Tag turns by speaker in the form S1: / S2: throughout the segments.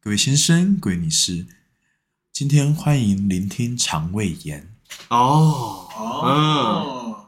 S1: 各位先生，各位女士，今天欢迎聆听肠胃炎。
S2: 哦，
S3: 哦，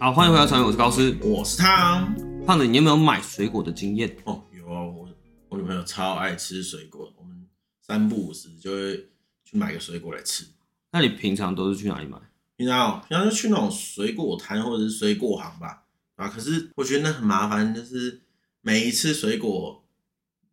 S2: 好，欢迎回到常友，我是高斯。
S3: 我是汤。
S2: 胖子，你有没有买水果的经验？
S3: 哦，有啊，我我女朋友超爱吃水果，我们三不五时就会去买个水果来吃。
S2: 那你平常都是去哪里买？
S3: 平常哦平常就去那种水果摊或者是水果行吧，啊，可是我觉得那很麻烦，就是每一次水果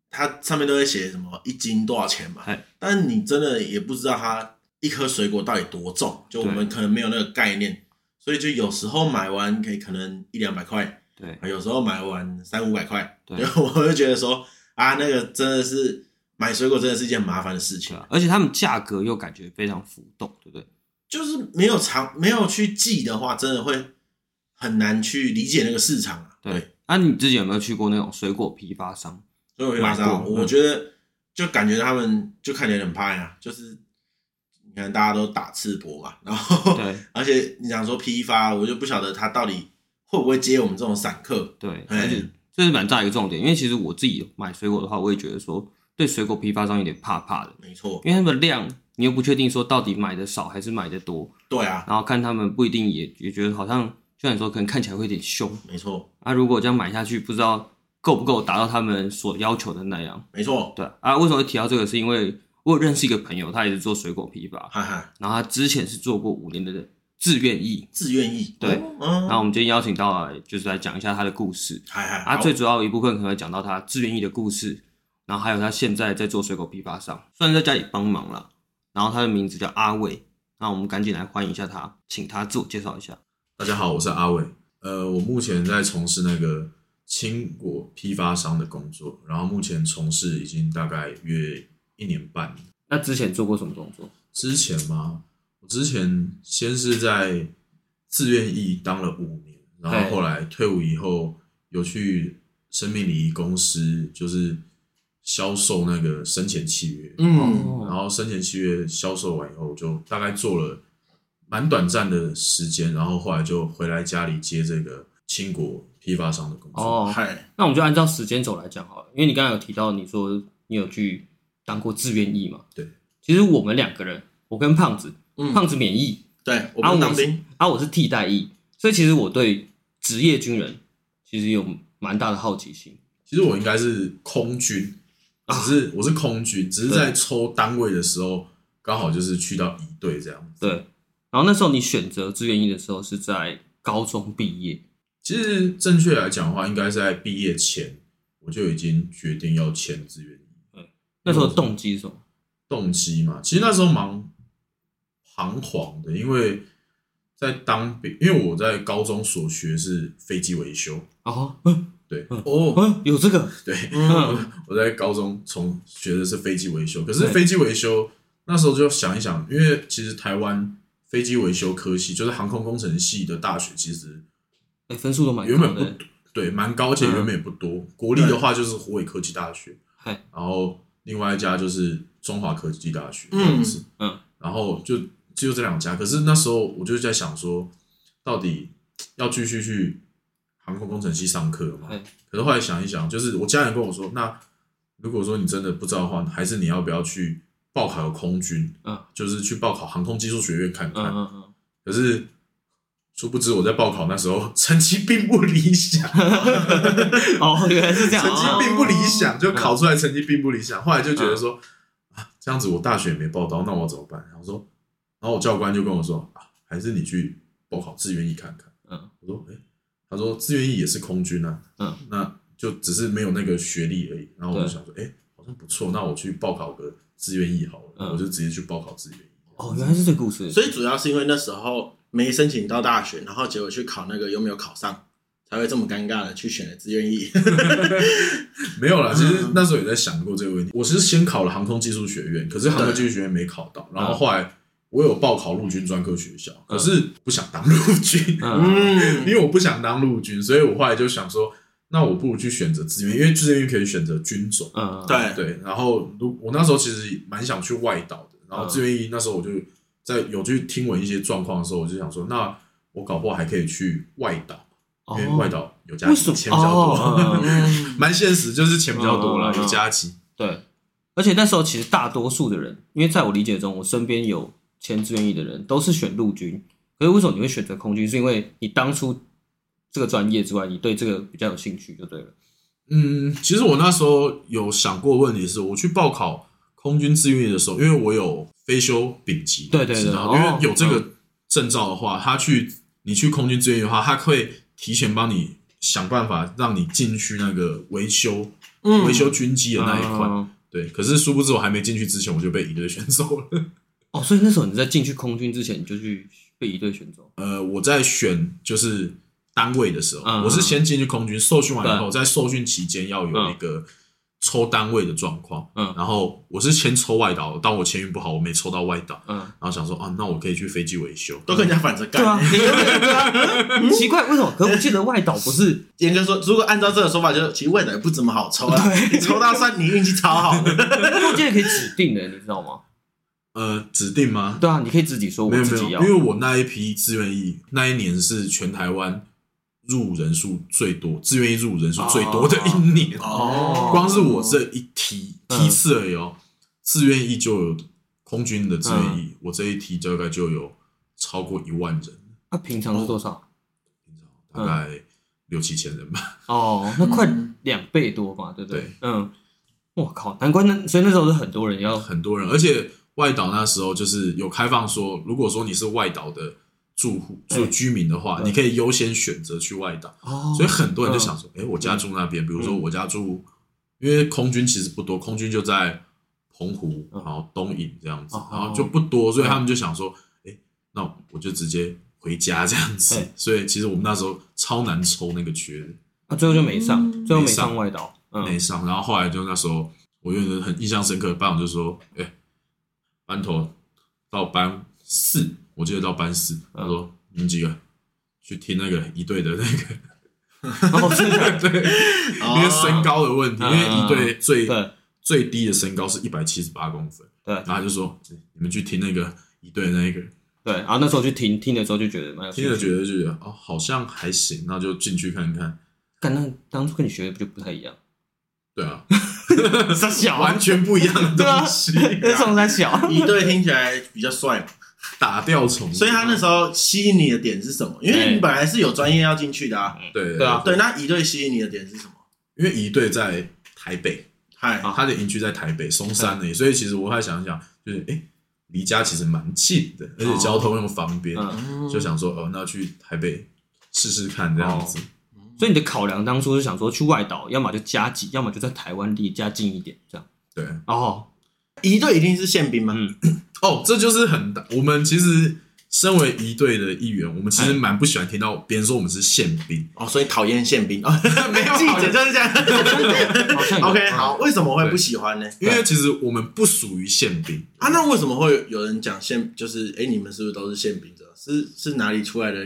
S3: 它上面都会写什么一斤多少钱嘛
S2: 哎，
S3: 但你真的也不知道它一颗水果到底多重，就我们可能没有那个概念，所以就有时候买完可以可能一两百块，
S2: 对，
S3: 啊，有时候买完三五百块，
S2: 对
S3: 对，我就觉得说啊，那个真的是买水果真的是一件麻烦的事
S2: 是
S3: 情，
S2: 啊，而且他们价格又感觉非常浮动，对不对？
S3: 就是没有尝没有去记的话，真的会很难去理解那个市场啊。对，，
S2: 那、你自己有没有去过那种水果批发商？
S3: 所以我就马
S2: 买
S3: 上，
S2: 过
S3: 我
S2: 嗯
S3: 觉得就感觉他们就看起来很怕呀，就是你看大家都打赤膊嘛，然后
S2: 对
S3: 而且你想说批发，我就不晓得他到底会不会接我们这种散客，
S2: 对，
S3: 哎
S2: 而且这是蛮大一个重点，因为其实我自己买水果的话，我也觉得说对水果批发商有点怕怕的，
S3: 没错，
S2: 因为他们量你又不确定说到底买的少还是买的多，
S3: 对啊，
S2: 然后看他们不一定也也觉得好像，就像你说可能看起来会有点凶，
S3: 没错，
S2: 啊，如果这样买下去，不知道够不够达到他们所要求的那样。
S3: 没错，
S2: 对啊啊，为什么会提到这个？是因为我有认识一个朋友，他也是做水果批发，
S3: 哈哈，
S2: 然后他之前是做过五年的志愿役。
S3: 自愿意，
S2: 对
S3: 哦
S2: 然
S3: 嗯，
S2: 后我们今天邀请到来，就是来讲一下他的故事。
S3: 嗨嗨，
S2: 啊，
S3: 好
S2: 最主要一部分可能会讲到他志愿役的故事，然后还有他现在在做水果批发商，虽然在家里帮忙了。然后他的名字叫阿伟，那我们赶紧来欢迎一下他，请他自我介绍一下。
S1: 大家好，我是阿伟。呃，我目前在从事那个青果批发商的工作，然后目前从事已经大概约一年半。
S2: 那之前做过什么工作？
S1: 之前嘛，我之前先是在自愿役当了五年，然后
S2: 对
S1: 后来退伍以后有去生命礼仪公司，就是销售那个生前契约。
S3: 嗯，
S1: 然后生前契约销售完以后，就大概做了蛮短暂的时间，然后后来就回来家里接这个青果批发商的工作。
S2: 哦，
S3: 嗨，
S2: 那我们就按照时间轴来讲好了，因为你刚才有提到你说你有去当过志愿役嘛？
S1: 对。
S2: 其实我们两个人，我跟胖子，
S3: 嗯
S2: 胖子免役，
S3: 对，我
S2: 啊我
S3: 不是当
S2: 是
S3: 兵，
S2: 啊我是替代役，所以其实我对职业军人其实有蛮大的好奇心。
S1: 其实我应该是空军，只是、 我是空军，只是在抽单位的时候刚好就是去到一队这样。
S2: 对，然后那时候你选择志愿役的时候是在高中毕业，
S1: 其实正确来讲的话，应该是在毕业前我就已经决定要签志愿役
S2: 那时候动机是什么？
S1: 动机嘛。其实那时候蛮彷徨的，因为在当兵，因为我在高中所学是飞机维修，
S2: 哦，嗯、
S1: 对，
S2: 嗯
S1: 哦，
S2: 嗯有这个，
S1: 对，
S2: 嗯，
S1: 我在高中从学的是飞机维修，可是
S2: 对
S1: 飞机维修那时候就想一想，因为其实台湾飞机维修科系就是航空工程系的大学，其实
S2: 哎，分数都蛮
S1: 原
S2: 高
S1: 本不
S2: 的，
S1: 对蛮高，而且原本也不多。国立的话就是湖北科技大学，
S2: 嗯嘿
S1: 然后另外一家就是中华科技大学，
S3: 嗯
S1: 这样子，
S2: 嗯，
S1: 然后就就这两家。可是那时候我就在想说，到底要继续去航空工程系上课吗？
S2: 哎，
S1: 可是后来想一想，就是我家人跟我说，那如果说你真的不知道的话，还是你要不要去报考空军？
S2: 嗯，
S1: 就是去报考航空技术学院看
S2: 嗯
S1: 看。
S2: 嗯嗯，
S1: 可是殊不知我在报考那时候成绩并不理想，
S2: 哦，原来是这样，
S1: 成绩并不理想，就
S2: 嗯
S1: 考出来成绩并不理想。后来就觉得说、啊，这样子我大学也没报到，那我怎么办？然后说，然后我教官就跟我说啊，还是你去报考志愿役看看。
S2: 嗯，
S1: 我说哎、诶他说志愿役也是空军啊，
S2: 嗯，
S1: 那就只是没有那个学历而已。然后我就
S2: 对
S1: 想说，哎、好像不错，那我去报考个志愿役好了，
S2: 嗯
S1: 我就直接去报考志愿役。
S2: 哦，原来是这个故事，
S3: 所以主要是因为那时候没申请到大学，然后结果去考那个又没有考上，才会这么尴尬的去选了志愿役。
S1: 没有啦，其实
S3: 嗯
S1: 那时候也在想过这个问题。我是先考了航空技术学院，可是航空技术学院没考到，然后后来我有报考陆军专科学校，可是不想当陆军，
S2: 嗯，
S3: 嗯
S1: 因为我不想当陆军，所以我后来就想说，那我不如去选择志愿，因为志愿可以选择军种。
S2: 嗯，
S3: 对，
S1: 对，然后如我那时候其实蛮想去外岛的，然后志愿役那时候我就在有去听闻一些状况的时候，我就想说，那我搞不好还可以去外岛，
S2: 哦
S1: 因为外岛有加
S2: 为
S1: 急
S2: 什么
S1: 钱比较多，
S2: 哦 嗯
S1: 蛮现实，就是钱比较多
S2: 嗯
S1: 啦，
S2: 嗯嗯
S1: 有加急。
S2: 对，而且那时候其实大多数的人，因为在我理解中，我身边有签志愿役的人都是选陆军，可是为什么你会选择空军？是因为你当初这个专业之外，你对这个比较有兴趣就对了。
S1: 嗯，其实我那时候有想过问题是，我去报考空军志愿役的时候，因为我有非修丙级，
S2: 对对对
S1: 然后
S2: 哦
S1: 因为有这个证照的话，他去你去空军志愿役的话，他会提前帮你想办法让你进去那个维修
S3: 嗯
S1: 维修军机的那一块。
S2: 嗯
S1: 对，可是殊不知我还没进去之前，我就被一队选走了。
S2: 哦，所以那时候你在进去空军之前，你就去被一队选走。
S1: 呃，我在选就是单位的时候，
S2: 嗯
S1: 我是先进去空军受训完以后，
S2: 对
S1: 在受训期间要有一个抽单位的状况。
S2: 嗯
S1: 然后我是先抽外岛，但我签运不好，我没抽到外岛，
S2: 嗯，
S1: 然后想说啊，那我可以去飞机维修。
S3: 都跟人家反着
S2: 对啊，
S3: 干。
S2: 你有点对啊嗯奇怪，为什么？可我记得外岛不是
S3: 严格说，如果按照这个说法，就是其实未来不怎么好抽啊。你抽到算你运气超好的。
S2: 我记得可以指定的，你知道吗？
S1: 呃，指定吗？
S2: 对啊，你可以自己说
S1: 没
S2: 我
S1: 有
S2: 自
S1: 没
S2: 己
S1: 有，
S2: 要
S1: 因。为我那一批志愿役那一年是全台湾入伍人数最多，志愿役入伍人数最多的一年。
S2: 哦
S1: 光是我这一梯
S2: 嗯
S1: 梯次而已哦，志愿役就有空军的志愿
S2: 嗯
S1: 役，我这一梯大概就有超过一万人，
S2: 那啊平常是多少？嗯
S1: 大概六七千人吧。
S2: 哦，那快
S3: 嗯
S2: 两倍多嘛，对不对
S1: 对？
S2: 嗯，我靠，难怪那所以那时候是很多人要
S1: 很多人，而且外岛那时候就是有开放说，如果说你是外岛的住户、
S2: 哎
S1: 住居民的话，
S2: 对
S1: 你可以优先选择去外岛。
S2: 哦
S1: 所以很多人就想说，
S2: 嗯
S1: 哎、我家住那边，比如说我家住，因为空军其实不多，空军就在澎湖，
S2: 嗯
S1: 然后东引这样子
S2: 哦，
S1: 然后就不多，所以他们就想说，哎，那我就直接回家这样子
S2: 哎。
S1: 所以其实我们那时候超难抽那个缺
S2: 啊，最后就没上，最后没
S1: 没上
S2: 上外岛，
S1: 没
S2: 嗯，
S1: 上，然后后来就那时候我有得很印象深刻，班长就说，哎，班头到班四，我记得到班
S2: 嗯
S1: 四，他说你们几个去听那个一队的那个。
S2: 然后真的
S3: 哦
S1: 因为身高的问题，因
S2: 哦嗯
S1: 为一队最
S2: 对
S1: 最低的身高是一百七十八公分，
S2: 对
S1: 然后他就说你们去听那个一队的那一个，
S2: 对，然后那时候去听听的时候就觉得蛮有兴
S1: 听着
S2: 趣
S1: 觉得就觉得哦好像还行，那就进去看看。
S2: 干那当初跟你学的不就不太一样，
S1: 对 啊，
S2: 三小
S1: 完全不一样的
S2: 对啊
S1: 东西，
S2: 那 种三小，
S3: 一队听起来比较帅嘛，
S1: 打掉虫，
S3: 所以他那时候吸引你的点是什么？因为
S2: 哎
S3: 你本来是有专业要进去的啊。
S1: 对
S2: 对啊
S3: 对，那一队吸引你的点是什么？
S1: 因为一队在台北，
S3: 嗨，
S2: 啊
S1: 他的营区在台北松山那里，所以其实我还想想，就是诶离家其实蛮近的，而且交通又方便，
S2: 嗯，
S1: 就想说哦，那去台北试试看这样子。
S2: 哦所以你的考量当初是想说去外岛，要么就加急，要么就在台湾离家近一点这样，
S1: 对，
S2: 哦，
S3: 一队一定是宪兵吗？
S2: 嗯
S1: 哦，这就是很大。我们其实身为一队的一员，我们
S2: 哎
S1: 其实蛮不喜欢听到别人说我们是宪兵。
S3: 哦，所以讨厌宪兵 哦，
S1: 没有
S3: 记者就是这样。
S2: 好像有
S3: OK，
S2: 嗯
S3: 好，为什么会不喜欢呢？
S1: 因为其实我们不属于宪兵。
S3: 啊，那为什么会有人讲宪？就是哎，你们是不是都是宪兵者？是是哪里出来的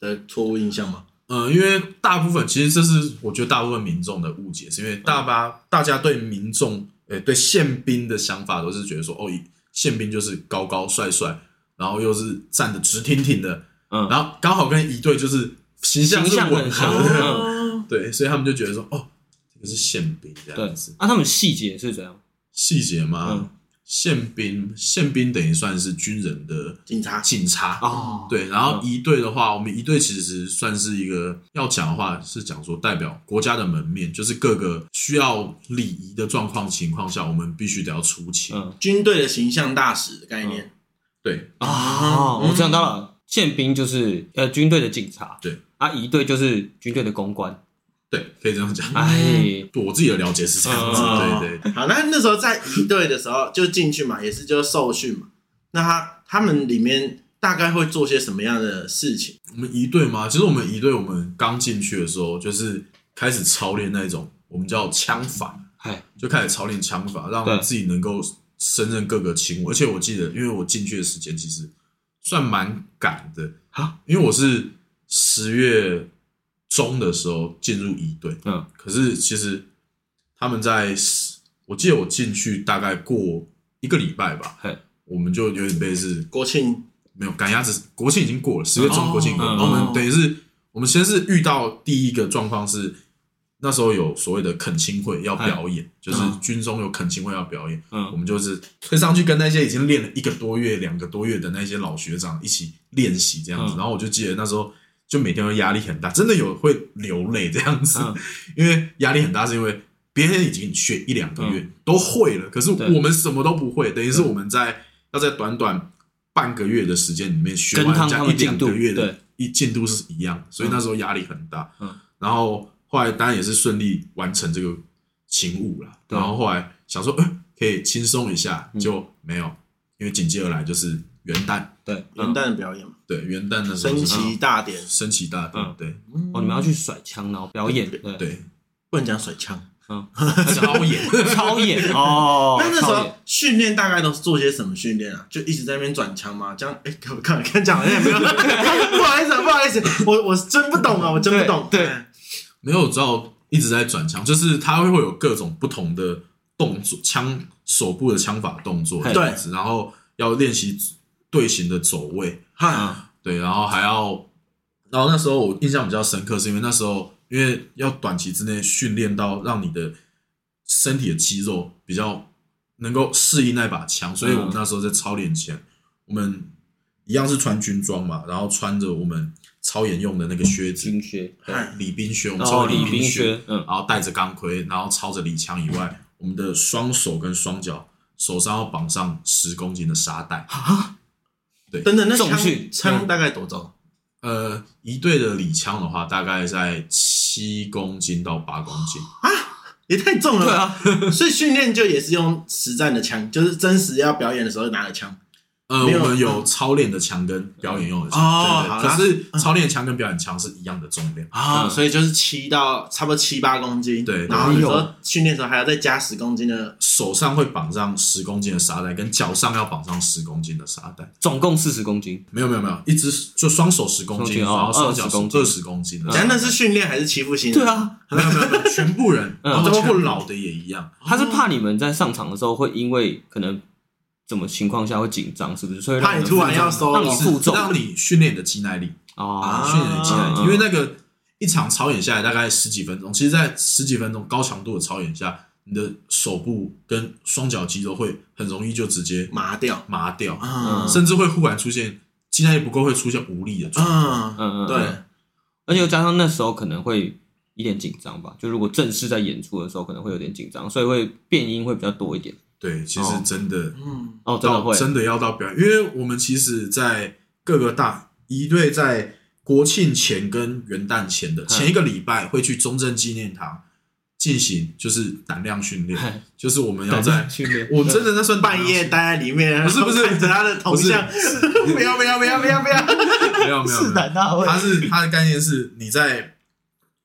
S3: 的错误印象吗？
S1: 嗯，因为大部分其实这是我觉得大部分民众的误解，是因为大
S2: 嗯
S1: 巴、大家对民众，呃，对宪兵的想法都是觉得说，哦，一宪兵就是高高帅帅，然后又是站得直挺挺的，
S2: 嗯
S1: 然后刚好跟一队就是形象
S2: 形
S1: 是
S2: 象很
S1: 吻合
S2: 像
S1: 的，
S3: 哦
S2: 嗯
S1: 对，所以他们就觉得说，哦，这个是宪兵这
S2: 对啊
S1: 样子。，
S2: 那他们细节是怎样？
S1: 细节
S2: 嗯
S1: 吗？宪兵，宪兵等于算是军人的
S3: 警察
S1: 警察。
S2: 哦，
S1: 对，然后一队的话，我们一队其实算是一个要讲的话是讲说代表国家的门面，就是各个需要礼仪的状况情况下，我们必须得要出勤。
S2: 嗯
S3: 军队的形象大使的概念。
S1: 对，
S2: 啊，
S3: 嗯
S2: 我想到了，宪兵就是呃军队的警察，
S1: 对，
S2: 啊一队就是军队的公关，
S1: 对，可以这样讲。
S2: 哎，嗯
S1: 我自己的了解是这样子，
S3: 哦
S1: 对对。
S3: 好，那那时候在一队的时候就进去嘛，也是就受训嘛。那他他们里面大概会做些什么样的事情？
S1: 我们一队吗？其实我们一队，我们刚进去的时候就是开始操练那种我们叫枪法，
S2: 嗨，
S1: 就开始操练枪法，让
S2: 对
S1: 自己能够胜任各个勤务。而且我记得，因为我进去的时间其实算蛮赶的
S2: 啊，
S1: 因为我是十月中的时候进入一队，
S2: 嗯，
S1: 可是其实他们在十，我记得我进去大概过一个礼拜吧
S2: 嘿，
S1: 我们就有点类似
S3: 国庆
S1: 没有赶鸭子，国庆已经过了，十月中
S3: 哦
S1: 国庆过了，
S2: 嗯
S1: 然后我们等于是我们先是遇到第一个状况是。那时候有所谓的恳亲会要表演，就是
S2: 嗯
S1: 军中有恳亲会要表演，我
S2: 嗯
S1: 们就是推上去跟那些已经练了一个多月、两个多月的那些老学长一起练习这样子。
S2: 嗯
S1: 然后我就记得那时候就每天都压力很大，真的有会流泪这样子，
S2: 嗯
S1: 因为压力很大，是因为别人已经学一两个月、都会了，可是
S2: 嗯对
S1: 我们什么都不会，等于是
S2: 对
S1: 我们在要在短短半个月的时间里面学
S2: 跟
S1: 完人
S2: 上
S1: 家
S2: 他
S1: 一
S2: 们
S1: 两
S2: 进度
S1: 个月的
S2: 对
S1: 一进度是一样，所以
S2: 嗯
S1: 那时候压力很大。
S2: 嗯，
S1: 然后后来当然也是顺利完成这个勤务了。
S2: 对嗯
S1: 然后后来想说，呃，可以轻松一下，就没有，因为紧接而来就是元旦，
S2: 对，嗯
S3: 元旦的表演嘛，
S1: 对，元旦的时候
S3: 升
S1: 是
S3: 旗大典，
S1: 升旗大典，
S2: 嗯
S1: 对
S2: 哦，你们要去甩枪，然后表演，对，
S1: 对，
S3: 不能讲水枪。
S2: 嗯，
S1: 超演，
S2: 超演哦，
S3: 那那时
S2: 超
S3: 候
S2: 演
S3: 训练大概都是做些什么训练啊？就一直在那边转枪吗？这样，哎、看看看讲好像也 没有，不好意思、啊，不好意思，我我真不懂啊，我真不懂。
S2: 对对
S3: 哎
S1: 没有知道一直在转枪，就是它会有各种不同的动作，枪手部的枪法动作，
S2: 嘿
S1: 这样子，然后要练习队形的走位，
S3: 哈，
S2: 嗯
S1: 对，然后还要，然后那时候我印象比较深刻，是因为那时候因为要短期之内训练到让你的身体的肌肉比较能够适应那把枪，所以
S2: 嗯
S1: 我们那时候在操练前，我们一样是穿军装嘛，然后穿着我们操演用的那个靴子，哎
S2: 军靴，对
S3: 嗨，
S1: 礼宾靴，我们
S2: 然
S1: 操
S2: 后
S1: 着
S2: 礼
S1: 宾
S2: 宾靴，嗯，
S1: 然后带着钢盔，然后操着礼枪以外，我们的双手跟双脚手上要绑上十公斤的沙袋。
S3: 等等，那枪
S2: 重训嗯
S3: 枪大概多重？
S1: 呃，一队的礼枪的话，大概在七公斤到八公斤，
S3: 也太重了
S2: 对
S3: 吧！
S2: 啊，
S3: 所以训练就也是用实战的枪，就是真实要表演的时候拿的枪。
S1: 呃，
S3: 没有
S1: 我们有操练的枪跟表演用的枪，
S3: 哦
S1: 对
S3: 好
S1: 对
S3: 啦
S1: 可是操练枪跟表演枪是一样的重量，
S3: 啊、
S2: 嗯
S3: 所以就是七到差不多七八公斤，
S1: 对
S3: 然后有
S2: 哪
S3: 时
S2: 有
S3: 候训练的时候还要再加十公斤的，
S1: 手上会绑上十公斤的沙袋，跟脚上要绑上十公斤的沙袋。
S2: 总共四十公斤，
S1: 没有没有没有，一只就双手十公斤，
S2: 双手哦
S1: 然后双脚
S2: 20公斤
S1: 二十公斤的沙
S3: 讲
S1: 袋。
S3: 那是训练还是欺负新
S2: 嗯对，
S3: 人？
S2: 啊，
S1: 没有没有没有，全部人，
S2: 嗯
S1: 然后包括老的也一样。
S2: 他是怕你们在上场的时候会因为可能怎么情况下会紧张，是不是？所以让
S3: 怕你
S2: 们
S3: 突然要收
S2: 让你负重
S1: 让你训练你的肌耐力，
S2: 哦
S3: 啊
S1: 训练你的肌耐力，
S2: 嗯
S1: 因为那个一场操演下来大概十几分钟，其实，在十几分钟高强度的操演下，你的手部跟双脚肌肉会很容易就直接
S3: 麻掉
S1: 麻掉，
S2: 嗯
S3: 啊，
S1: 甚至会忽然出现肌耐力不够，会出现无力的状况。
S3: 嗯，
S2: 嗯嗯，
S3: 对
S2: 嗯，而且又加上那时候可能会一点紧张吧，就如果正式在演出的时候可能会有点紧张，所以会变音会比较多一点。
S1: 对，其实
S2: 哦
S1: 真的
S3: 嗯，
S2: 哦，真的
S1: 到
S2: 会，
S1: 真的要到表演，因为我们其实，在各个大一队在国庆前跟元旦前
S2: 嗯
S1: 的前一个礼拜会去中正纪念堂进行就是胆量训练
S2: 嗨，
S1: 就是我们要
S2: 嗯胆
S1: 在
S2: 量训练
S1: 我真的那算胆
S3: 半
S1: 量
S3: 夜
S1: 训
S3: 待在里面，
S1: 不是不是
S3: 然后看着他的头
S1: 不是
S3: 像， 不要不要不要不要不要，
S1: 没有没有没有，
S2: 大
S1: 它是它的概念是你在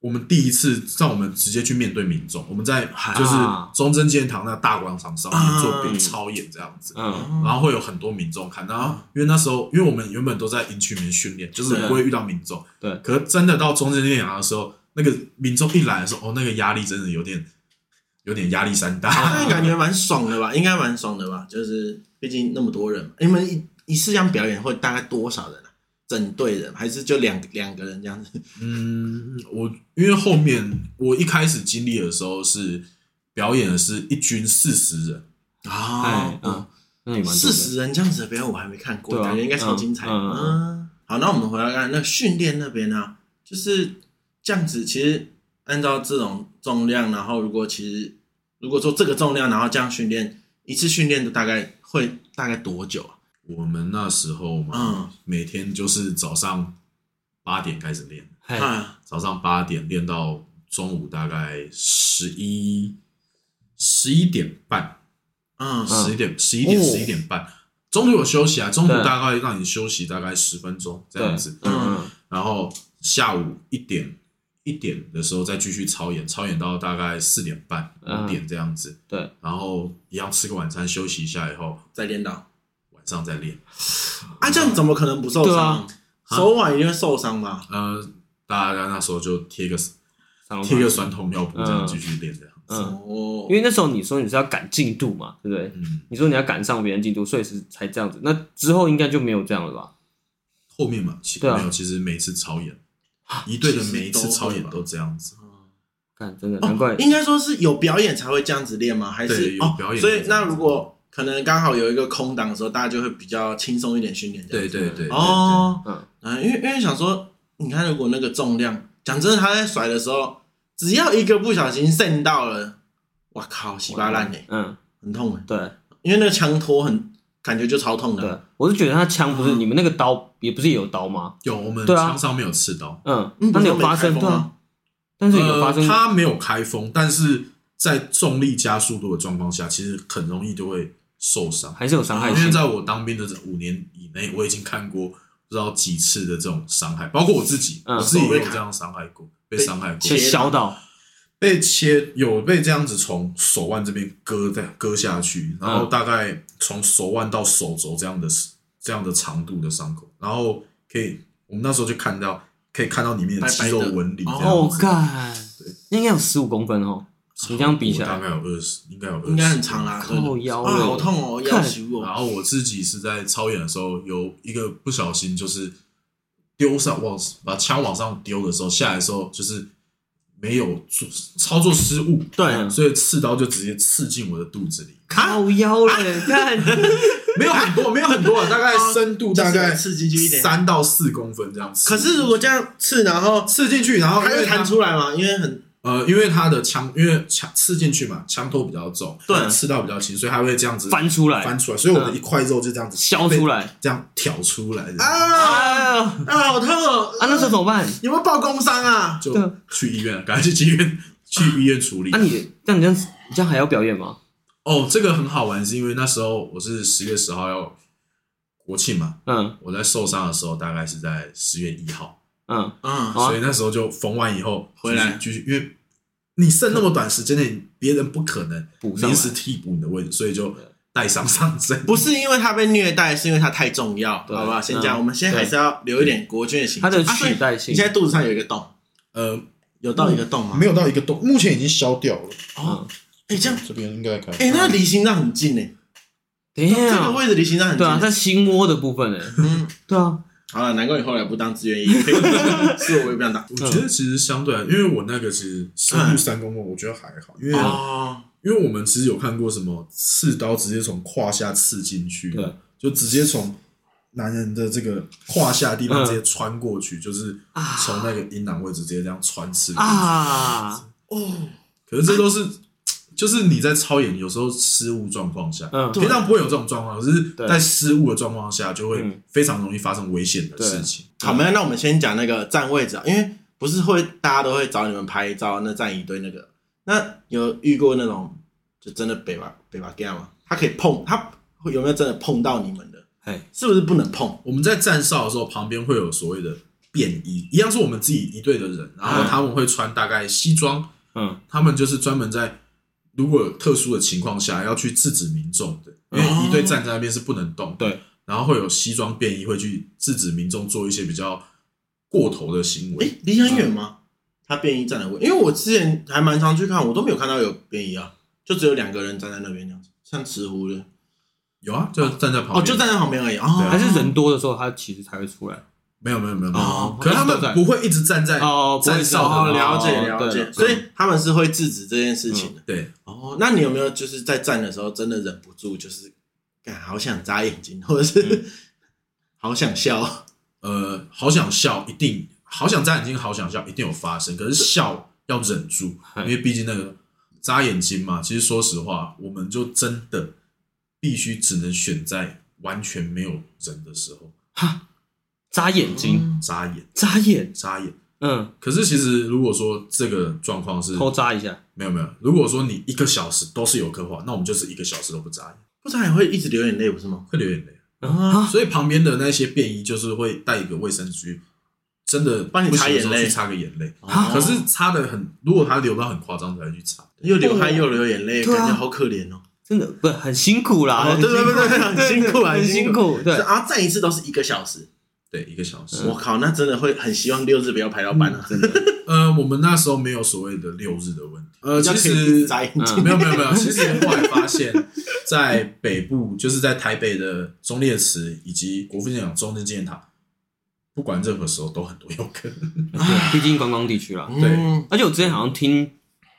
S1: 我们第一次让我们直接去面对民众，我们在就是
S2: 啊
S1: 中正纪念堂那大广场上面做
S2: 嗯
S1: 操演这样子，
S2: 嗯，
S1: 然后会有很多民众看，然后
S3: 嗯
S1: 因为那时候，因为我们原本都在营区里面训练，就是
S2: 对
S1: 不会遇到民众。
S2: 对
S1: 可是真的到中间练堂的时候，那个民众一来的时候，哦，那个压力真的有点，有点压力山大。
S3: 哦那 感觉蛮爽的吧？应该蛮爽的吧？就是毕竟那么多人嘛，你们一一次这样表演会大概多少人啊？整队人还是就两两个人这样子？
S1: 嗯，我因为后面我一开始经历的时候是表演的是一军四十人，
S3: 啊
S1: 哦
S2: 哎，嗯，那也蛮多
S3: 四
S2: 的
S3: 十人这样子的表演我还没看过，
S2: 对啊
S3: 感觉应该超精彩的。
S2: 嗯嗯
S3: 嗯，好，那我们回来看那训练那边呢、啊就是这样子。其实按照这种重量，然后如果其实如果说这个重量，然后这样训练，一次训练的大概会大概多久啊？
S1: 我们那时候嘛，
S3: 嗯
S1: 每天就是早上八点开始练，
S2: 嘿
S3: 啊，
S1: 早上八点练到中午大概十一十一点半。
S3: 嗯，
S1: 十一点、十一点、
S2: 哦
S1: 十一点半，中途有休息啊，中途
S2: 对
S1: 大概让你休息大概十分钟这
S2: 对，
S1: 样
S2: 嗯
S1: 子，
S2: 嗯
S1: 然后下午一点一点的时候再继续操演，操演到大概四点半
S2: 嗯
S1: 五点这样子，
S2: 对，
S1: 然后一样吃个晚餐休息一下以后，
S3: 再练到
S1: 晚上再练。
S3: 啊，这样怎么可能不受
S2: 对
S3: 伤
S2: 啊？
S3: 手腕一定会受伤吧？
S1: 呃，大家那时候就贴个
S2: 上了
S1: 贴个
S2: 吧
S1: 酸痛药布这样继续练这样。
S2: 嗯，
S3: 哦，
S2: 因为那时候你说你是要赶进度嘛，对不对？
S1: 嗯，
S2: 你说你要赶上别人进度，所以是才这样子。那之后应该就没有这样了吧？
S1: 后面嘛，其
S2: 对啊
S1: 没有，其实每一次操演，一队的每一次操演都这样子，
S3: 啊
S2: 看，真的
S3: 哦
S2: 难怪。
S3: 应该说是有表演才会这样子练吗？还
S1: 对
S3: 是
S1: 有
S3: 哦
S1: 表演才
S3: 所
S1: 会这
S3: 以
S1: 样子
S3: 那如果可能刚好有一个空档的时候，大家就会比较轻松一点训练这样
S1: 对
S3: 子。
S1: 对对，对，
S3: 哦，
S2: 嗯
S3: 嗯，因为因为想说，你看如果那个重量，讲真的，他在甩的时候，只要一个不小心渗到了，哇靠，稀巴烂哎，
S2: 嗯，
S3: 很痛哎，
S2: 对
S3: 因为那个枪托很感觉就超痛的。
S2: 对，我是觉得他枪不是
S1: 嗯
S2: 你们那个刀也不是也有刀吗？
S1: 对有我们
S2: 对啊
S1: 枪上没有刺刀，
S2: 嗯，
S3: 嗯
S2: 那
S3: 不是
S2: 有
S3: 没开
S2: 发生
S3: 封
S2: 对啊
S3: 吗，
S2: 但是有发
S1: 呃，
S2: 生
S1: 它没有开封，但是在重力加速度的状况下，其实很容易就会受伤。
S2: 还是有伤害
S1: 因为
S2: 性。
S1: 在我当兵的这五年以内，我已经看过不知道几次的这种伤害，包括我自己，
S2: 嗯
S1: 我自己也有这样伤害过，被伤害过
S2: 被，削到，
S1: 被切有被这样子从手腕这边割在割下去，然
S2: 嗯
S1: 后大概从手腕到手肘这样的这样的长度的伤口，然后可以我们那时候就看到可以看到里面的肌肉纹理这样子，
S2: 哦，干，那应该有十五公分哦。你这样比起
S1: 我大
S2: 来，
S1: 概有二十，应该有20
S3: 应该很长啦，
S2: 靠腰
S3: 啊，
S2: 了
S3: 好痛哦，
S2: 看
S3: 腰修
S1: 然
S3: 哦，
S1: 后我自己是在操演的时候，有一个不小心就是丢上往把枪往上丢的时候，下来的时候就是没有做操作失误，
S2: 对
S1: 所以刺刀就直接刺进我的肚子里，
S2: 靠腰 嘞，看，
S1: 没有很多，没有很多，大概深度大概
S3: 就是刺进去一点
S1: 三到四公分这样刺进
S3: 可
S1: 去。
S3: 是如果这样刺，然后
S1: 刺进去，然后
S3: 它
S1: 因
S3: 又
S1: 为它
S3: 弹出来嘛，因为很
S1: 呃，因为它的枪，因为枪刺进去嘛，枪托比较重，
S3: 对
S1: 刺到比较轻，所以它会这样子
S2: 翻出来
S1: 翻，出来，所以我的一块肉就这样子
S2: 削出
S1: 来，
S2: 来，
S1: 这样挑出来，这样
S3: 啊
S2: 哎呦啊，
S3: 啊，好痛哦！
S2: 那时候怎么办？
S3: 有没有报工伤啊？
S1: 就
S2: 对啊
S1: 去医院了，赶快去医院去医院处理
S2: 那。啊你那你这样你这样还要表演吗？
S1: 哦，这个很好玩，是因为那时候我是十月十号要国庆嘛，
S2: 嗯
S1: 我在受伤的时候大概是在十月一号，
S2: 嗯，
S3: 嗯，
S2: 啊
S1: 所以那时候就缝完以后
S3: 回来
S1: 继续，继续因为你剩那么短时间内，别人不可能
S2: 补上来
S1: 临时替补你的位置，所以就带伤上阵。
S3: 不是因为他被虐待，是因为他太重要，
S2: 对
S3: 好不好？先这
S2: 嗯
S3: 样，我们先还是要留一点国军的形
S2: 它
S3: 象。
S2: 的
S3: 啊所以
S2: 取代性
S3: 你现在肚子上有一个洞，
S1: 呃，
S3: 有到一个洞吗？
S1: 没有到一个洞，目前已经消掉了。
S2: 嗯，
S3: 哦，哎，这样，
S1: 这边应该可以。
S3: 哎，那离心脏很近哎，
S2: 等一
S3: 这个
S2: 下，
S3: 位置离心脏很
S2: 对
S3: 近
S2: 啊，
S3: 欸。
S2: 在心窝的部分哎，
S3: 嗯，
S2: 对啊，
S3: 好了，难怪你后来不 当志愿役， 是我也不想当。
S1: 我觉得其实相对来，因为我那个其实深入三公分，我觉得还好，因为
S2: 啊
S3: 哦，
S1: 因为我们其实有看过什么刺刀直接从胯下刺进去，
S2: 对，
S1: 就直接从男人的这个胯下的地
S2: 嗯
S1: 方直接穿过去，就是从那个阴囊位置直接这样穿刺过去。
S2: 啊，
S3: 哦
S1: 可是这都是，就是你在操演有时候失误状况下，
S2: 嗯
S1: 平常不会有这种状况，只是
S2: 对
S1: 在失误的状况下就会
S2: 嗯
S1: 非常容易发生危险的事情。
S3: 好，没有，那我们先讲那个站位置啊，因为不是会大家都会找你们拍照，那站一堆那个，那有遇过那种就真的北吧北吧 gay 吗？他可以碰，他会有没有真的碰到你们的？
S2: 哎，
S3: 是不是不能碰？
S1: 我们在站哨的时候，旁边会有所谓的便衣，一样是我们自己一队的人，然后他们会穿大概西装。
S2: 嗯
S1: 他们就是专门在如果有特殊的情况下要去制止民众的，因
S3: 哦
S1: 为一队站在那边是不能动，
S2: 对，
S1: 然后会有西装便衣会去制止民众做一些比较过头的行
S3: 诶、
S1: 为。
S3: 离很远吗？他便衣站的位，因为我之前还蛮常去看，我都没有看到有便衣啊，就只有两个人站在那边这样子，像石湖的
S1: 有啊，就站在旁边，
S3: 哦，就站在旁边而已哦，
S1: 对啊
S2: 还是人多的时候，它其实才会出来。
S1: 没有没有没有没有，
S3: 哦
S1: 可是他们不会一直站在
S2: 哦，不会
S1: 站
S2: 是哦
S1: 哨
S3: 哦，
S1: 的，
S3: 了解
S2: 哦
S3: 了
S2: 对
S3: 解，
S2: 了
S3: 所以他们是会制止这件事情的。
S1: 对，
S3: 哦，那你有没有就是在站的时候真的忍不住，就是干好想眨眼睛，或者是、 好想笑？
S1: 呃，好想笑，一定好想眨眼睛，好想笑，一定有发生，可是笑要忍住，因为毕竟那个眨眼睛嘛，其实说实话，我们就真的必须只能选在完全没有人的时候
S2: 眨眼
S3: 嗯
S2: 睛，
S1: 眨眼
S2: 眨眼，
S1: 眨眼。
S2: 嗯，
S1: 可是其实如果说这个状况是
S2: 偷眨一下，
S1: 没有没有，如果说你一个小时都是游客话，那我们就是一个小时都不眨眼，
S3: 不然也会一直流眼泪，不是吗？
S1: 会流眼泪。
S2: 啊，
S1: 所以旁边的那些便衣就是会带一个卫生纸，真的
S3: 帮你
S1: 不行的
S3: 擦眼
S1: 时候
S3: 泪
S1: 去擦个眼泪。
S3: 啊
S1: 可是擦的很，如果他流到很夸张才会去擦。
S3: 又流汗又流眼泪，
S2: 对啊
S3: 感觉好可怜哦。
S2: 真的不是很辛苦啦，
S3: 哦
S2: 很
S3: 对对对对对很
S2: 辛
S3: 辛
S2: 苦
S3: 苦啊
S2: 很
S3: 很辛
S2: 辛苦，对
S3: 是，啊，站一次都是一个小时，
S1: 对，一个小时。
S3: 我靠，那真的会很希望六日不要排到班啊！
S2: 真的，
S1: 呃，我们那时候没有所谓的六日的问题，呃，其实
S3: 摘眼睛，
S2: 嗯
S1: 没有没有没有，其实后来发现，在北部，就是在台北的中烈祠以及国父纪念堂、中正纪念堂，不管任何时候都很多游客。
S2: 对毕竟观光地区啦。
S1: 对
S3: 嗯
S2: 而且我之前好像听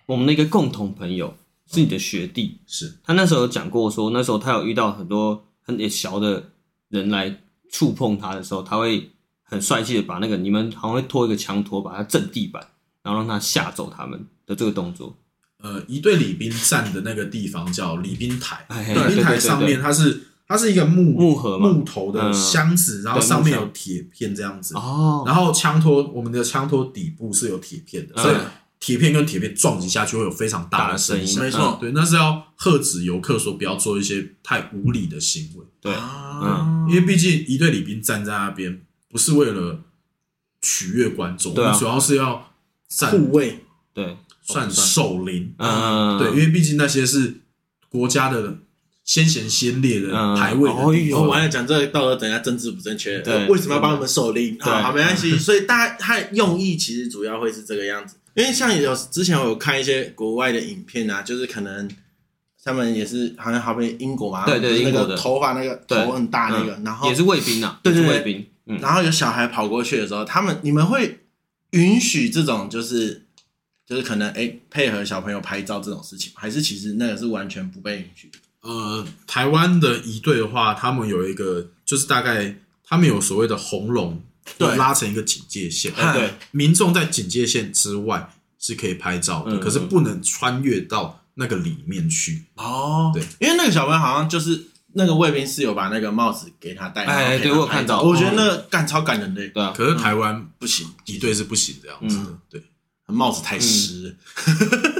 S2: 我们的一个共同朋友是你的学弟，
S1: 是，
S2: 他那时候有讲过说，那时候他有遇到很多很小的人来触碰他的时候，他会很帅气的把那个你们好像会拖一个墙拖把他震地板，然后让他吓走他们的这个动作。
S1: 呃，一队礼宾站的那个地方叫礼宾台，
S2: 哎，对
S1: 礼宾
S2: 对
S1: 台
S2: 对
S1: 上
S2: 对
S1: 面它是它是一个木
S2: 木盒嘛
S1: 木头的
S2: 嗯
S1: 箱子，然后
S2: 对
S1: 上面
S2: 木箱
S1: 有铁片这样子，
S2: 哦，
S1: 然后枪托我们的枪托底部是有铁片的，
S2: 嗯
S1: 所以铁片跟铁片撞击下去会有非常大的声
S2: 大的
S1: 音
S2: 声。
S3: 没
S2: 音
S3: 错，
S1: 对，那是要喝止游客说不要做一些太无理的行为，
S2: 对
S3: 啊
S1: 嗯因为毕竟一队礼宾站在那边不是为了取悦观众，
S2: 对啊
S1: 我们主要是要站
S3: 护卫
S2: 对，
S1: 算守灵。
S2: 嗯，
S1: 对，因为毕竟那些是国家的先贤先烈的
S2: 嗯
S1: 排位的地
S2: 哦
S1: 方
S2: 呦
S3: 我完了，讲这个到时候等一下政治不正确，
S2: 对
S3: 呃为什么要帮我们守令？
S2: 对
S3: 啊好，没关系。所以大家它的用意其实主要会是这个样子，因为像有之前我有看一些国外的影片啊，就是可能他们也是好像好比英国嘛，
S2: 对对
S3: 那
S2: 英国
S3: 个
S2: 的
S3: 头发那个
S2: 对嗯
S3: 头很大那个，然后
S2: 也是卫兵啊，
S3: 对对
S2: 也
S3: 对
S2: 是卫兵，嗯，
S3: 然后有小孩跑过去的时候，他们你们会允许这种就是就是可能哎、配合小朋友拍照这种事情吗，还是其实那个是完全不被允许的？
S1: 呃，台湾的一队的话，他们有一个就是大概他们有所谓的红龙，
S3: 对
S1: 拉成一个警戒线。呃
S3: 嗨
S2: 对，
S1: 民众在警戒线之外是可以拍照的，
S2: 嗯
S1: 可是不能穿越到那个里面去。
S3: 哦，
S1: 对，
S3: 因为那个小朋友好像就是那个卫兵是有把那个帽子给他戴，
S2: 哎
S3: 然后给他
S2: 对我有
S3: 拍
S2: 看
S3: 照
S2: 到
S3: 我觉得那个干超感人的，
S2: 对啊，
S1: 可是台湾
S3: 不行，
S1: 一队是不行这样子的，
S2: 嗯
S1: 对。
S3: 帽子太湿了，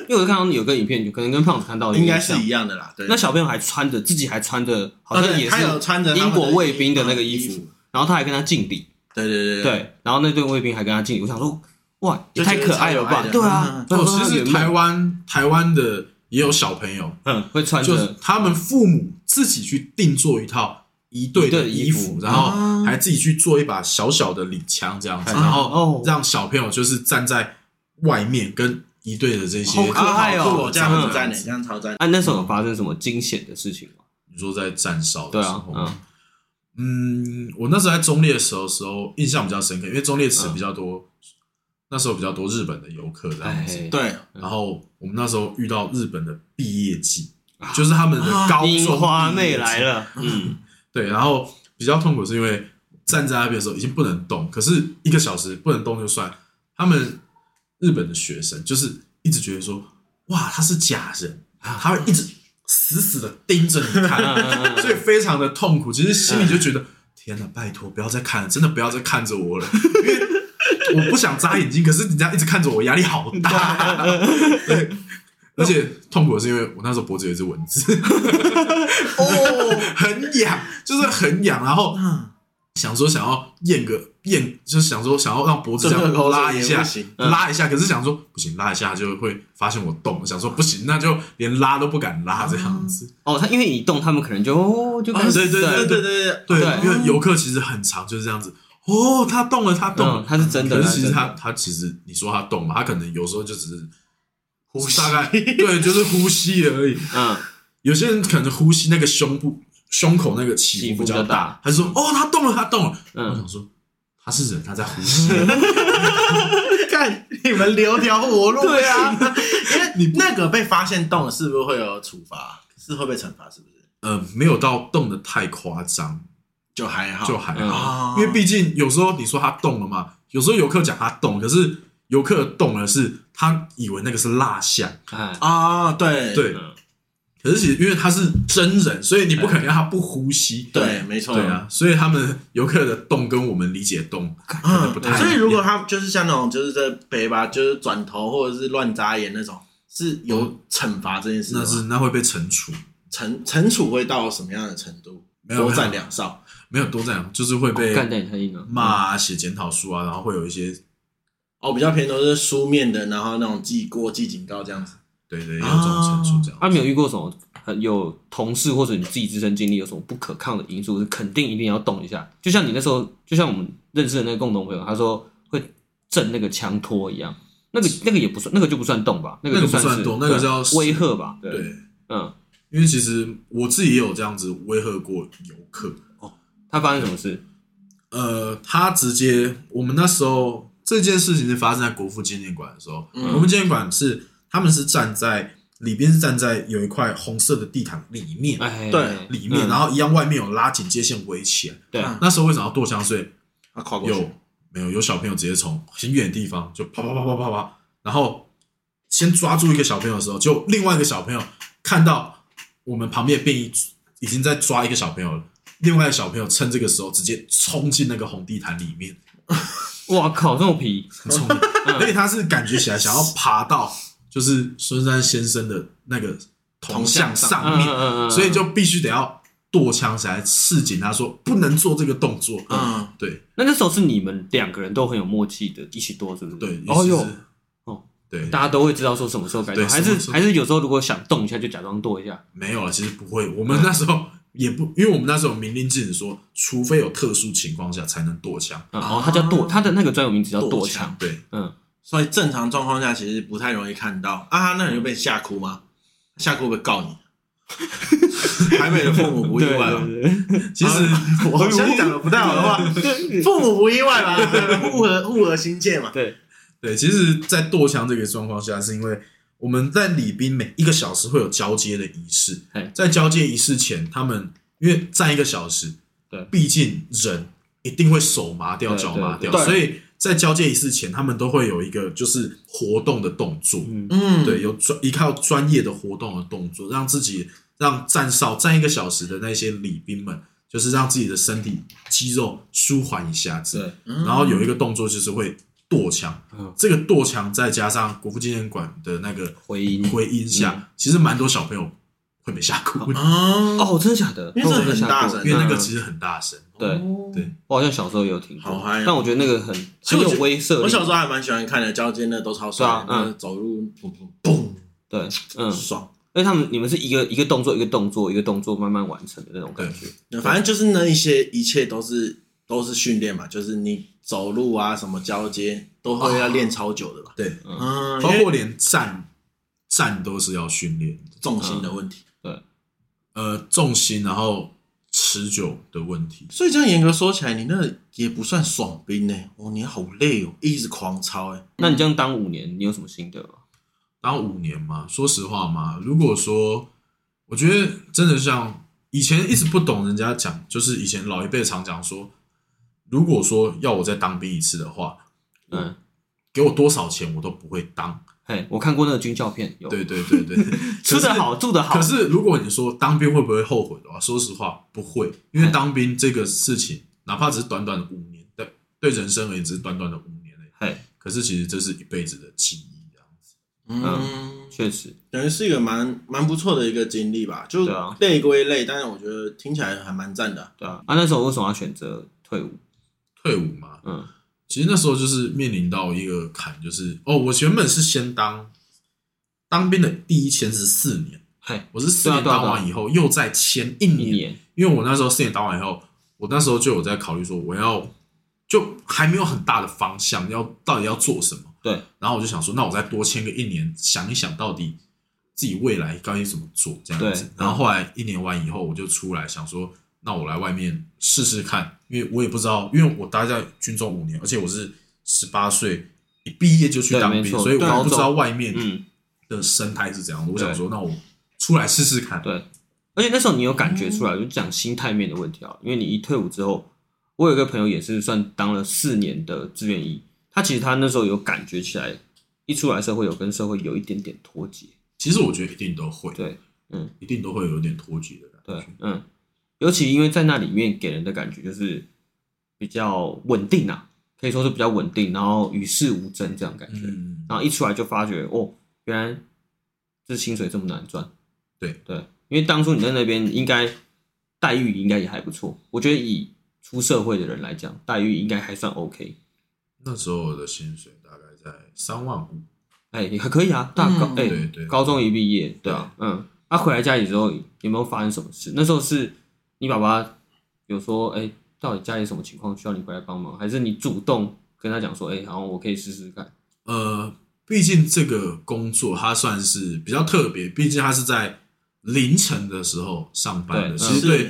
S2: 因为我看到有个影片，可能跟胖子看到的
S3: 应
S2: 有
S3: 该
S2: 点
S3: 是
S2: 像
S3: 一样的啦。对，
S2: 那小朋友还穿着自己还穿着，好
S3: 哦
S2: 像
S3: 对
S2: 也是
S3: 他有穿着他
S2: 英
S3: 们
S2: 国卫兵的那个
S3: 衣
S2: 衣服，，然后他还跟他敬礼，
S3: 对对对对，
S2: 对，然后那队卫兵还跟他敬礼，我想说，哇，也
S3: 就觉
S2: 太
S3: 得
S2: 可爱了
S3: 超可
S2: 吧
S3: 爱？的
S2: 对啊，
S1: 哦，
S2: 我想
S1: 其
S2: 说他
S1: 实
S2: 原本
S1: 台湾台湾的也有小朋友，
S2: 嗯会穿
S1: 就是
S2: 着，
S1: 他们父母自己去定做一套一对的衣
S2: 一对的衣
S1: 服
S2: 服，
S1: 然后
S3: 啊
S1: 还自己去做一把小小的礼枪这样子，
S2: 哎
S1: 然后
S2: 哦
S1: 让小朋友就是站在外面跟一队的这些啊
S3: 好可爱
S2: 好
S3: 哦，
S2: 酷
S3: 这样很
S2: 嗯
S3: 赞的，这样超赞的。
S2: 啊，那时候有发生什么惊险的事情吗？
S1: 你说在站哨的
S2: 对
S1: 时
S2: 啊，
S1: 候，
S2: 嗯
S1: 嗯，我那时候在中列的时候时候印象比较深刻，因为中列池
S2: 嗯
S1: 比较多，那时候比较多日本的游客这样子，
S2: 哎，
S3: 对，
S1: 然后我们那时候遇到日本的毕业季，就是他们的高中
S2: 樱花妹
S1: 毕业季
S2: 来了，啊嗯，
S1: 对，然后比较痛苦是因为站在那边的时候已经不能动，可是一个小时不能动就算，他们日本的学生就是一直觉得说，哇，他是假人，他会一直死死的盯着你看， 所以非常的痛苦。其实心里就觉得，天哪，拜托不要再看了，真的不要再看着我了， 因为我不想眨眼睛，可是人家一直看着我，压力好大。 对，而且痛苦的是因为我那时候脖子有一只蚊子。
S3: 哦，
S1: 很痒，就是很痒，然后
S3: 嗯
S1: 想说想要咽个咽，就是想说想要让脖子这
S3: 这个口
S1: 样拉
S3: 水
S1: 一
S3: 也
S1: 下
S3: 不行，
S2: 嗯
S1: 拉一下，可是想说不行，拉一下就会发现我动了，想说不行，那就连拉都不敢拉这样子。
S2: 哦，他因为一动，他们可能就哦就开始
S1: 对对对
S3: 对对对，
S1: 对，
S3: 对
S2: 对
S1: 因为游客其实很长就是这样子，哦，他动了，他动
S2: 嗯
S1: 了，，
S2: 他是真的，
S1: 可是其实
S2: 真的
S1: 他他其实你说他动嘛，他可能有时候就只是
S3: 呼吸
S1: 大概对，就是呼吸而已。
S2: 嗯，
S1: 有些人可能呼吸那个胸部胸口那个起
S2: 起
S1: 伏
S2: 伏
S1: 比较
S2: 比较
S1: 大
S2: 大，
S1: 他就说哦，他动了，他动了。
S2: 嗯
S1: 我想说他是人，他在呼 吸。
S3: 看你们留条活路。
S2: 对啊，
S3: 因为那个被发现动了，是不是会有处罚？是会被惩罚，是不是？
S1: 呃，没有到动的太夸张，
S3: 就还好，
S1: 就还好，
S3: 啊，
S2: 嗯
S1: 因为毕竟有时候你说他动了嘛，有时候游客讲他动，可是游客动了是他以为那个是蜡像，
S2: 哎，
S3: 啊，对
S1: 对。
S2: 嗯
S1: 可是其实因为他是真人，所以你不可能让他不呼吸。
S3: 对，没
S2: 嗯
S3: 错，
S1: 对啊，所以他们游客的动跟我们理解的动可能
S3: 嗯，
S1: 不太一样。
S3: 所以如果他就是像那种就是在北吧，就是转头或者是乱眨眼那种，是有惩罚这件
S2: 啊
S3: 事
S1: 嗯
S3: 的
S1: 那是
S3: 吗？
S1: 那会被惩处，
S3: 惩惩处会到什么样的程度？
S1: 没有
S3: 多站两哨，
S1: 没有多这样，就是会被
S2: 干掉你太硬了，
S1: 骂啊、写检讨书啊，然后会有一些
S3: 哦，比较偏都是书面的，然后那种记过、记警告这样子。
S1: 对对，有这种陈述这样。
S2: 他哦啊没有遇过什么呃有同事或者你自己自身经历有什么不可抗的因素，是肯定一定要动一下。就像你那时候，就像我们认识的那个共同朋友，他说会震那个枪托一样，那个那个也不算，那个就不算动吧，那
S1: 那个
S2: 就
S1: 不
S2: 算
S1: 算
S2: 是
S1: 动那个
S2: 对
S1: 叫
S2: 威吓吧，
S1: 对，
S2: 对，嗯，
S1: 因为其实我自己也有这样子威吓过游客，
S2: 他发生什么事？
S1: 呃，他直接我们那时候这件事情是发生在国父纪念馆的时候，
S3: 嗯
S1: 我们纪念馆是他们是站在里边是站在有一块红色的地毯里面，
S2: 哎，
S3: 对
S1: 里面、啊
S2: 嗯
S1: 然后一样外面有拉警戒线围起来。
S2: 对，
S3: 嗯
S1: 那时候为什么要剁香水？
S3: 他啊跨过去
S1: 有，没有有小朋友直接从很远的地方就啪啪啪啪啪啪，然后先抓住一个小朋友的时候，就另外一个小朋友看到我们旁边的便衣已经在抓一个小朋友了，另外一个小朋友趁这个时候直接冲进那个红地毯里面，
S2: 哇靠，这么皮，
S1: 很聪明， 而且他是感觉起来想要爬到就是孙山先生的那个铜像上
S2: 嗯嗯
S1: 面，
S2: 嗯嗯，
S1: 所以就必须得要剁枪才示警，他说不能做这个动作。嗯，
S3: 嗯，
S1: 对
S2: 那那时候是你们两个人都很有默契的，一起多是不是？
S1: 对，
S2: 哦
S1: 意思
S2: 哟
S1: 是，
S2: 哦，
S1: 对，
S2: 大家都会知道说什么时候该动，
S1: 对
S2: 还
S1: 什么时
S2: 是
S1: 候
S2: 还是有时候如果想动一下就假装剁一下，
S1: 没有了，其实不会。我们那时候也不，因为我们那时候明令禁止说，除非有特殊情况下才能剁枪。
S2: 嗯
S3: 啊
S2: 哦，他叫剁，他的那个专有名词叫
S3: 剁
S2: 剁
S3: 枪
S2: 枪，
S1: 对，
S2: 嗯，
S3: 所以正常状况下其实不太容易看到啊。那你就被吓哭吗？吓哭会不会 告你？台北的父母不意外吧？
S2: 对对对
S1: 其实
S3: 啊我好像讲的不太 好的话，父母不意外吧？互合互合心切嘛。
S2: 对，
S1: 对，其实，在剁枪这个状况下，是因为我们在礼宾每一个小时会有交接的仪式
S2: 嘿，
S1: 在交接仪式前，他们因为站一个小时，
S2: 对
S1: 毕竟人一定会手麻掉、
S2: 对
S1: 脚麻
S2: 对
S1: 掉，
S3: 对
S1: 所以在交接仪式前，他们都会有一个就是活动的动作，
S2: 嗯
S3: 嗯，
S1: 对，，有专依靠专业的活动的动作，让自己让站哨站一个小时的那些礼宾们，就是让自己的身体肌肉舒缓一下子，
S2: 对，
S3: 嗯
S1: 然后有一个动作就是会跺墙，
S2: 嗯
S1: 这个跺墙再加上国父纪念馆的那个
S2: 回音
S1: 回音下，
S3: 嗯
S1: 其实蛮多小朋友会被吓哭，
S3: 哦，
S2: 哦，真的假的？
S3: 因为这
S2: 我没
S3: 很
S2: 吓
S3: 大
S2: 过
S3: 声
S1: 因为那个
S2: 嗯
S1: 其实很大声。啊
S2: 对，
S1: 对
S2: 我好像小时候有听过，
S3: 好嗨哦
S2: 但我觉得那个很
S3: 其
S2: 很
S3: 实我
S2: 有
S3: 觉得
S2: 威慑力。
S3: 我小时候还蛮喜欢看的，交接那都超爽的，
S2: 对啊嗯
S3: 那走路砰砰砰，
S2: 对，嗯，
S3: 爽。
S2: 因为他们你们是一个一个动作一个动作一个动作慢慢完成的那种感觉，
S3: 那反正就是那一些，一切都是都是训练嘛，就是你走路啊，什么交接都会要
S2: 啊
S3: 练超久的吧。
S1: 对，
S3: 嗯，因
S1: 包
S3: 为
S1: 括连站站都是要训练的，
S3: 重心
S2: 嗯
S3: 的问题。
S1: 呃，重心然后持久的问题。
S3: 所以这样严格说起来，你那也不算爽兵呢、哦，你好累哦，一直狂操哎、
S2: 那你这样当五年，你有什么心得吗？
S1: 当五年嘛，说实话嘛，如果说，我觉得真的像以前一直不懂人家讲，就是以前老一辈常讲说，如果说要我再当兵一次的话，
S2: 嗯，
S1: 给我多少钱我都不会当。
S2: 嘿，我看过那个军教片，有
S1: 对对对对，
S2: 吃
S1: 可
S2: 得
S1: 是。
S2: 好住得好
S1: 可，是如果你说当兵会不会后悔的话，说实话不会，因为当兵这个事情，哪怕只是短短的五年，对对人生而言只是短短的五年而已。
S2: 嘿，
S1: 可是其实这是一辈子的记忆，这样子。
S3: 嗯，
S2: 确实，
S3: 等于是一个蛮蛮不错的一个经历吧。就
S2: 对啊
S3: 累归累，但是我觉得听起来还蛮赞的。
S2: 对啊。啊，那时候为什么要选择退伍？
S1: 退伍嘛，
S2: 嗯，
S1: 其实那时候就是面临到一个坎，就是哦，我原本是先当当兵的第一签是四年，
S2: 嘿，
S1: 我是四年
S2: 对啊对啊
S1: 当完以后、又再签一
S2: 一
S1: 年，
S2: 年，
S1: 因为我那时候四年当完以后，我那时候就有在考虑说我要就还没有很大的方向，要到底要做什么。
S2: 对，
S1: 然后我就想说，那我再多签个一年，想一想到底自己未来该怎么做这样子
S2: 对。
S1: 然后后来一年完以后，我就出来想说，那我来外面试试看，因为我也不知道，因为我待在军中五年，而且我是十八岁一毕业就去
S2: 对
S1: 当
S2: 没
S1: 兵，
S2: 错
S1: 所以我
S2: 对
S1: 也不知道外面
S2: 嗯，
S1: 的生态是怎样的。我
S2: 对
S1: 想说，那我出来试试看。
S2: 对而且那时候你有感觉出来，就讲心态面的问题啊，因为你一退伍之后，我有一个朋友也是算当了四年的志愿役，他其实他那时候有感觉起来，一出来社会有跟社会有一点点脱节，
S1: 其实我觉得一定都会，
S2: 对，嗯，
S1: 一定都会有点脱节的感觉。
S2: 对，嗯，尤其因为在那里面给人的感觉就是比较稳定啊，可以说是比较稳定，然后与世无争这样感觉。
S1: 嗯，
S2: 然后一出来就发觉，哦，原来这薪水这么难赚。
S1: 对
S2: 对，因为当初你在那边应该待遇应该也还不错，我觉得以出社会的人来讲，待遇应该还算 OK。
S1: 那时候我的薪水大概在三万五，
S2: 哎，也还可以啊，大高
S3: 嗯
S2: 哎、
S1: 对对
S2: 高中一毕业，对啊，嗯，啊，回来家里之后有没有发生什么事？那时候是你爸爸有说，哎、到底家里什么情况需要你回来帮忙，还是你主动跟他讲说，哎、好，我可以试试看。
S1: 呃，毕竟这个工作它算是比较特别，毕竟它是在凌晨的时候上班的，
S2: 对
S1: 其实
S3: 是
S1: 对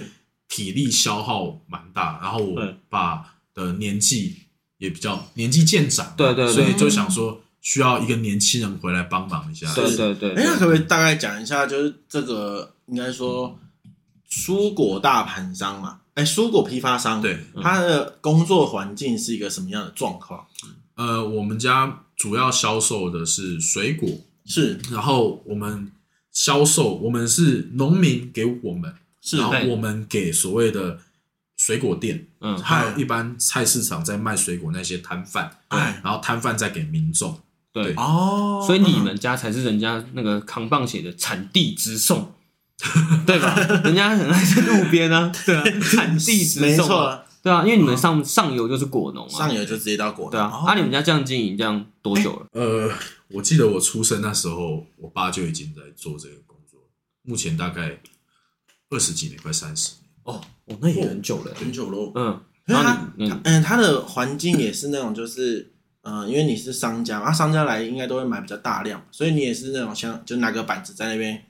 S1: 体力消耗蛮大。然后我
S2: 对
S1: 爸的年纪也比较年纪渐长嘛，
S2: 对对对
S1: 所以就想说需要一个年轻人回来帮忙一下。
S2: 对对对
S3: 哎，
S2: 对
S3: 那可不可以大概讲一下，就是这个应该说蔬果大盘商嘛？哎，蔬果批发商，
S1: 对，
S3: 他的工作环境是一个什么样的状况？
S1: 呃，我们家主要销售的是水果，
S3: 是
S1: 然后我们销售，我们是农民给我们，
S3: 是哦
S1: 然后
S2: 对
S1: 我们给所谓的水果店，
S2: 嗯
S1: 还有一般菜市场在卖水果那些摊贩，
S3: 哎
S1: 然后摊贩再给民众，
S2: 对
S1: 对。
S3: 哦，
S2: 所以你们家才是人家那个扛棒写的产地直送， 对吧？人家很爱在路边啊，对啊，产地直
S3: 没
S2: 送、
S3: 错
S2: 啊，，对啊，因为你们上上游就是果农啊，
S3: 上游就直接到果农
S2: 对啊，
S3: 哦
S2: 啊，你们家这样经营这样多久了？
S1: 呃，我记得我出生那时候，我爸就已经在做这个工作，目前大概二十几年，快三十年。
S2: 哦，哦，那也很久了、
S3: 很久喽。
S2: 嗯，
S3: 因为
S2: 然
S3: 他
S2: 后你，嗯，
S3: 嗯，他的环境也是那种，就是，嗯、因为你是商家嘛，啊，商家来应该都会买比较大量，所以你也是那种像，就拿个板子在那边，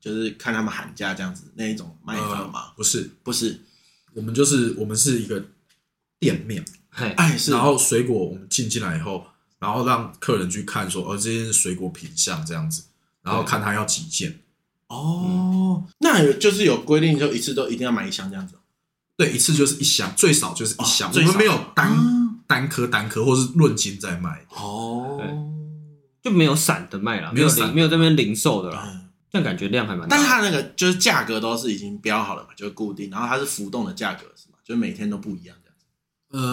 S3: 就是看他们喊价这样子那一种卖法嘛，
S1: 呃，不是，
S3: 不是？
S1: 我们就是我们是一个店面，
S2: 嘿，
S3: 哎，是
S1: 然后水果我们进进来以后，然后让客人去看说，哦，这件水果品相这样子，然后
S2: 对
S1: 看他要几件，
S3: 哦，那有就是有规定，就一次都一定要买一箱这样子，
S1: 对，一次就是一箱，最少就是一箱，
S3: 哦
S1: 我
S3: 最少
S1: 们没有单、
S3: 啊
S1: 单颗单颗，或是论斤在卖。
S3: 哦
S2: 对就没有散的卖了，
S1: 没
S2: 没
S1: 有
S2: 有
S1: 散
S2: 零，没有这边零售的啦，
S3: 嗯
S2: 这样感觉量还蛮大
S3: 但
S2: 的。
S3: 是它那个就是价格都是已经标好了嘛，就是固定，然后它是浮动的价格是吗？就是每天都不一样这样子。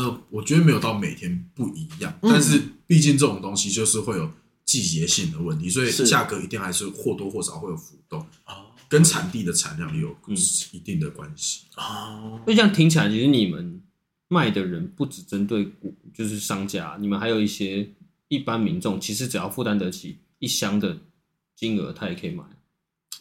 S1: 呃，我觉得没有到每天不一样，
S3: 嗯
S1: 但是毕竟这种东西就是会有季节性的问题，所以
S3: 是
S1: 价格一定还是或多或少会有浮动，
S3: 哦
S1: 跟产地的产量也有
S2: 嗯
S1: 一定的关系。
S3: 哦，
S2: 所以这样听起来，其实你们卖的人不只针对股就是商家，你们还有一些一般民众，其实只要负担得起一箱的金额，他也可以买。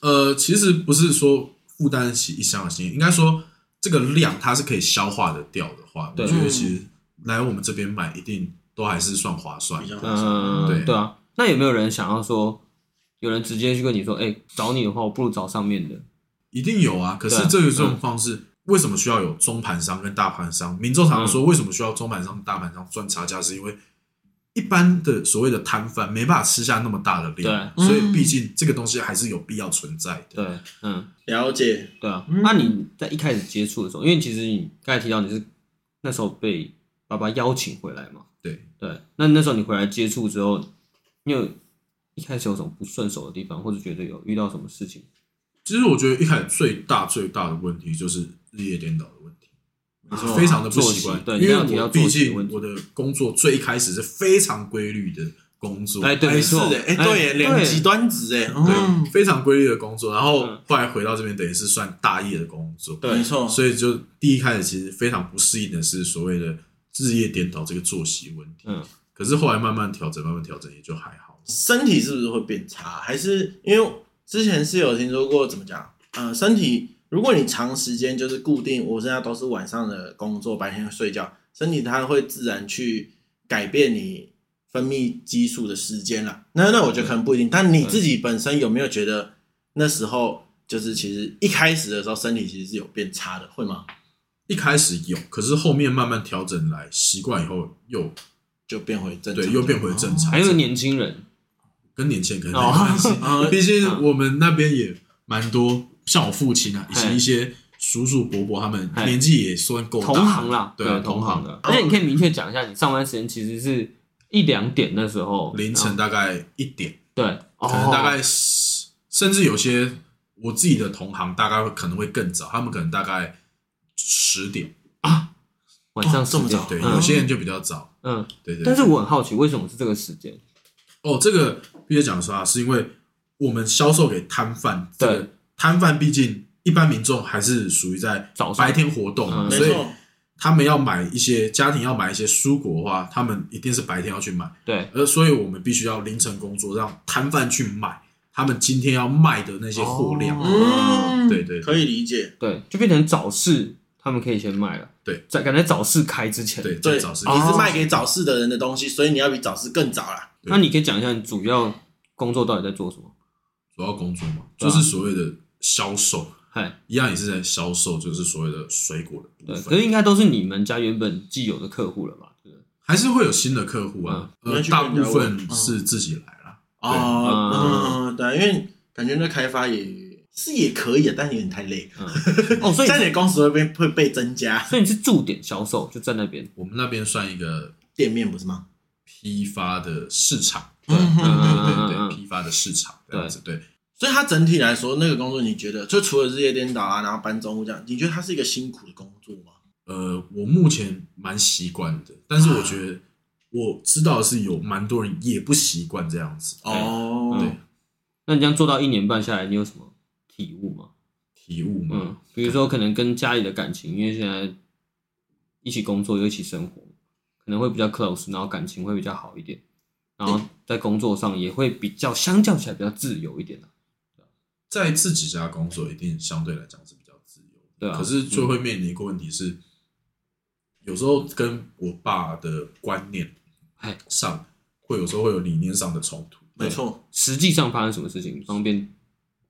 S1: 呃，其实不是说负担得起一箱的心，应该说这个量它是可以消化的掉的话，我
S2: 对
S1: 觉
S3: 嗯
S1: 得其实来我们这边买一定都还是算划算
S3: 比。较
S2: 嗯、
S1: 对
S2: 对啊。那有没有人想要说，有人直接去跟你说，哎、找你的话，我不如找上面的。
S1: 一定有啊。可是
S2: 对嗯
S1: 这个状况是、为什么需要有中盘商跟大盘商？民众常常
S2: 嗯
S1: 说为什么需要中盘商、大盘商赚差价，是因为一般的所谓的摊贩没办法吃下那么大的量，
S3: 对
S1: 所以毕竟这个东西还是有必要存在的。
S2: 对，嗯，
S3: 了解，
S2: 对啊。
S3: 嗯
S2: 那你在一开始接触的时候，因为其实你刚才提到你是那时候被爸爸邀请回来嘛，
S1: 对，
S2: 对。那那时候你回来接触之后，你有一开始有什么不顺手的地方，或者觉得有遇到什么事情？
S1: 其实我觉得一开始最大最大的问题就是日夜颠倒的问题。
S3: 没错
S1: 非常的不习惯
S2: 嗯作息，对
S1: 因
S2: 你刚刚提
S1: 为
S2: 到
S1: 我毕
S2: 作息
S1: 竟
S2: 的问题
S1: 我的工作最一开始是非常规律的工作，
S2: 哎，对，
S3: 哎
S2: 没
S3: 是
S2: 错，
S3: 的，哎，对耶，两极端值哎，嗯
S1: 对，，非常规律的工作，然后
S2: 嗯
S1: 后来回到这边等于是算大夜的工作，
S2: 对
S3: 没错，
S1: 所以就第一开始其实非常不适应的是所谓的日夜颠倒这个作息问题。
S2: 嗯，
S1: 可是后来慢慢调整，慢慢调整也就还好。
S3: 身体是不是会变差？还是因为之前是有听说过怎么讲？呃，身体如果你长时间就是固定，我现在都是晚上的工作，白天睡觉，身体它会自然去改变你分泌激素的时间啦。那那我觉得可能
S1: 嗯
S3: 不一定，但你自己本身有没有觉得那时候就是其实一开始的时候身体其实是有变差的，会吗？
S1: 一开始有，可是后面慢慢调整来习惯以后又
S3: 就变回正常，
S1: 对又变回正常，
S2: 还有年轻人，
S1: 跟年前可能有关 系。
S3: 哦
S1: 毕竟我们那边也蛮多，像我父亲啊，以及一些叔叔伯伯他们
S2: 嘿
S1: 年纪也算够大
S2: 同行啦，
S1: 对啊，
S2: 同
S1: 同行
S2: 的。而且你可以明确讲一下，你上班时间其实是一两点的时候，
S1: 凌
S2: 然
S1: 晨
S2: 后，
S1: 大概一点，
S2: 对，
S1: 可能大
S2: 哦，
S1: 概十甚至有些我自己的同行大概会可能会更早，他们可能大概十点，
S2: 晚上
S3: 哦这
S2: 十
S3: 么
S2: 点
S3: 早，
S1: 对，
S2: 嗯
S1: 有些人就比较早，
S2: 嗯。
S1: 对对。
S2: 但是我很好奇，为什么是这个时间？
S1: 哦，这个必须讲实话，是因为我们销售给摊贩，这个
S2: 对
S1: 摊贩毕竟一般民众还是属于在
S2: 早上
S1: 白天活动嘛，
S2: 嗯
S3: 没
S1: 所以
S3: 错，
S1: 他们要买一些家庭要买一些蔬果的话，他们一定是白天要去买，
S2: 对，
S1: 而所以我们必须要凌晨工作，让摊贩去买他们今天要卖的那些货量。
S2: 哦
S3: 嗯，
S1: 对对对
S3: 可以理解。
S2: 对，就变成早市他们可以先卖了。
S1: 对，
S2: 在赶在早市开之前。，
S1: 对，最
S3: 对，
S1: 早是
S3: 你
S2: 哦
S3: 是卖给早市的人的东西，所以你要比早市更早啦。
S2: 那你可以讲一下你主要工作到底在做什么？
S1: 主要工作嘛，
S2: 对
S1: 就
S2: 啊
S1: 是所谓的销售，
S2: 嗨，
S1: 一样也是在销售，就是所谓的水果的部
S2: 对，可
S1: 分，
S2: 是应该都是你们家原本既有的客户了吧？对不对
S1: 还是会有新的客户啊，
S3: 嗯
S1: 呃
S3: 那，去
S1: 大
S3: 跟
S1: 部
S3: 人家问嗯
S1: 分是自己来啦。
S3: 哦，嗯，对，因为感觉那开发也是也可以啊，但有点太累，
S2: 嗯，哦，所以
S3: 这样
S2: 你
S3: 你
S2: 是
S3: 的工时会被会被增加。
S2: 所以你是驻点销售，就在那边。
S1: 我们那边算一个
S3: 店面不是吗？
S1: 批发的市场，
S3: 嗯嗯
S1: 对对
S2: 嗯嗯嗯
S1: 对对，批发的市场这样子，对，
S3: 所以它整体来说，那个工作你觉得，就除了日夜颠倒啊，然后搬重物这样，你觉得它是一个辛苦的工作吗？
S1: 呃，我目前蛮习惯的，但是我觉得我知道的是有蛮多人也不习惯这样子。
S3: 哦，
S1: 对，
S2: 那你这样做到一年半下来，你有什么体悟吗？
S1: 体悟嘛，
S2: 嗯，比如说可能跟家里的感情，因为现在一起工作又一起生活，可能会比较 close，然后感情会比较好一点，然后在工作上也会比较相较起来比较自由一点啊
S1: 在自己家工作一定相对来讲是比较自由，
S2: 对啊
S1: 可是就会面临一个问题是，有时候跟我爸的观念
S2: 哎
S1: 上，会有时候会有理念上的冲突。
S3: 没错，
S2: 实际上发生什么事情，方便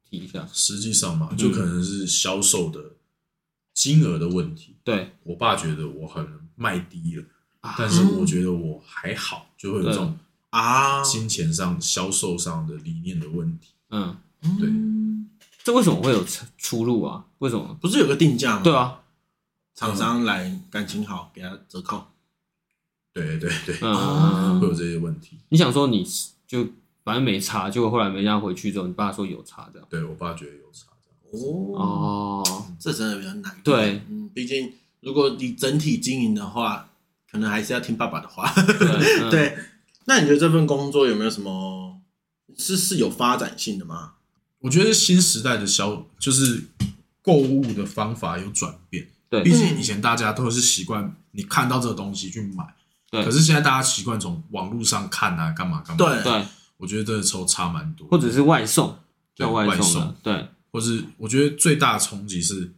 S2: 提一下？
S1: 实际上
S2: 嗯
S1: 嘛，就可能是销售的金额的问题。
S2: 对，
S1: 我爸觉得我可能卖低了，
S2: 啊
S1: 但是我觉得我还好，就会有这种
S3: 啊，
S1: 金钱上、销售上的理念的问题。
S2: 嗯，
S1: 对
S3: 嗯，
S2: 这为什么会有出出入啊？为什么？
S3: 不是有个定价吗？
S2: 对，啊，
S3: 厂商来感情好，给他折扣。
S1: 对对对，
S2: 嗯
S3: 啊
S2: 嗯，
S1: 会
S2: 嗯
S1: 有这些问题。
S2: 你想说你就反正没差，结果后来没让回去之后，你爸说有差这样。
S1: 对我爸觉得有差，这样
S3: 哦，
S2: 哦，
S3: 这真的比较难。
S2: 对，
S3: 嗯，毕竟如果你整体经营的话，可能还是要听爸爸的话。
S2: 对，嗯
S3: 对，那你觉得这份工作有没有什么是是有发展性的吗？
S1: 我觉得新时代的消就是购物的方法有转变。
S2: 对
S1: 毕竟以前大家都是习惯你看到这个东西去买，
S2: 对
S1: 可是现在大家习惯从网络上看啊，干嘛干嘛。
S3: 对
S2: 对，
S1: 我觉得真的抽差蛮多。
S2: 或者是外送，
S1: 对
S2: 叫外
S1: 外
S2: 送的
S1: 送，
S2: 对
S1: 或是我觉得最大的冲击是，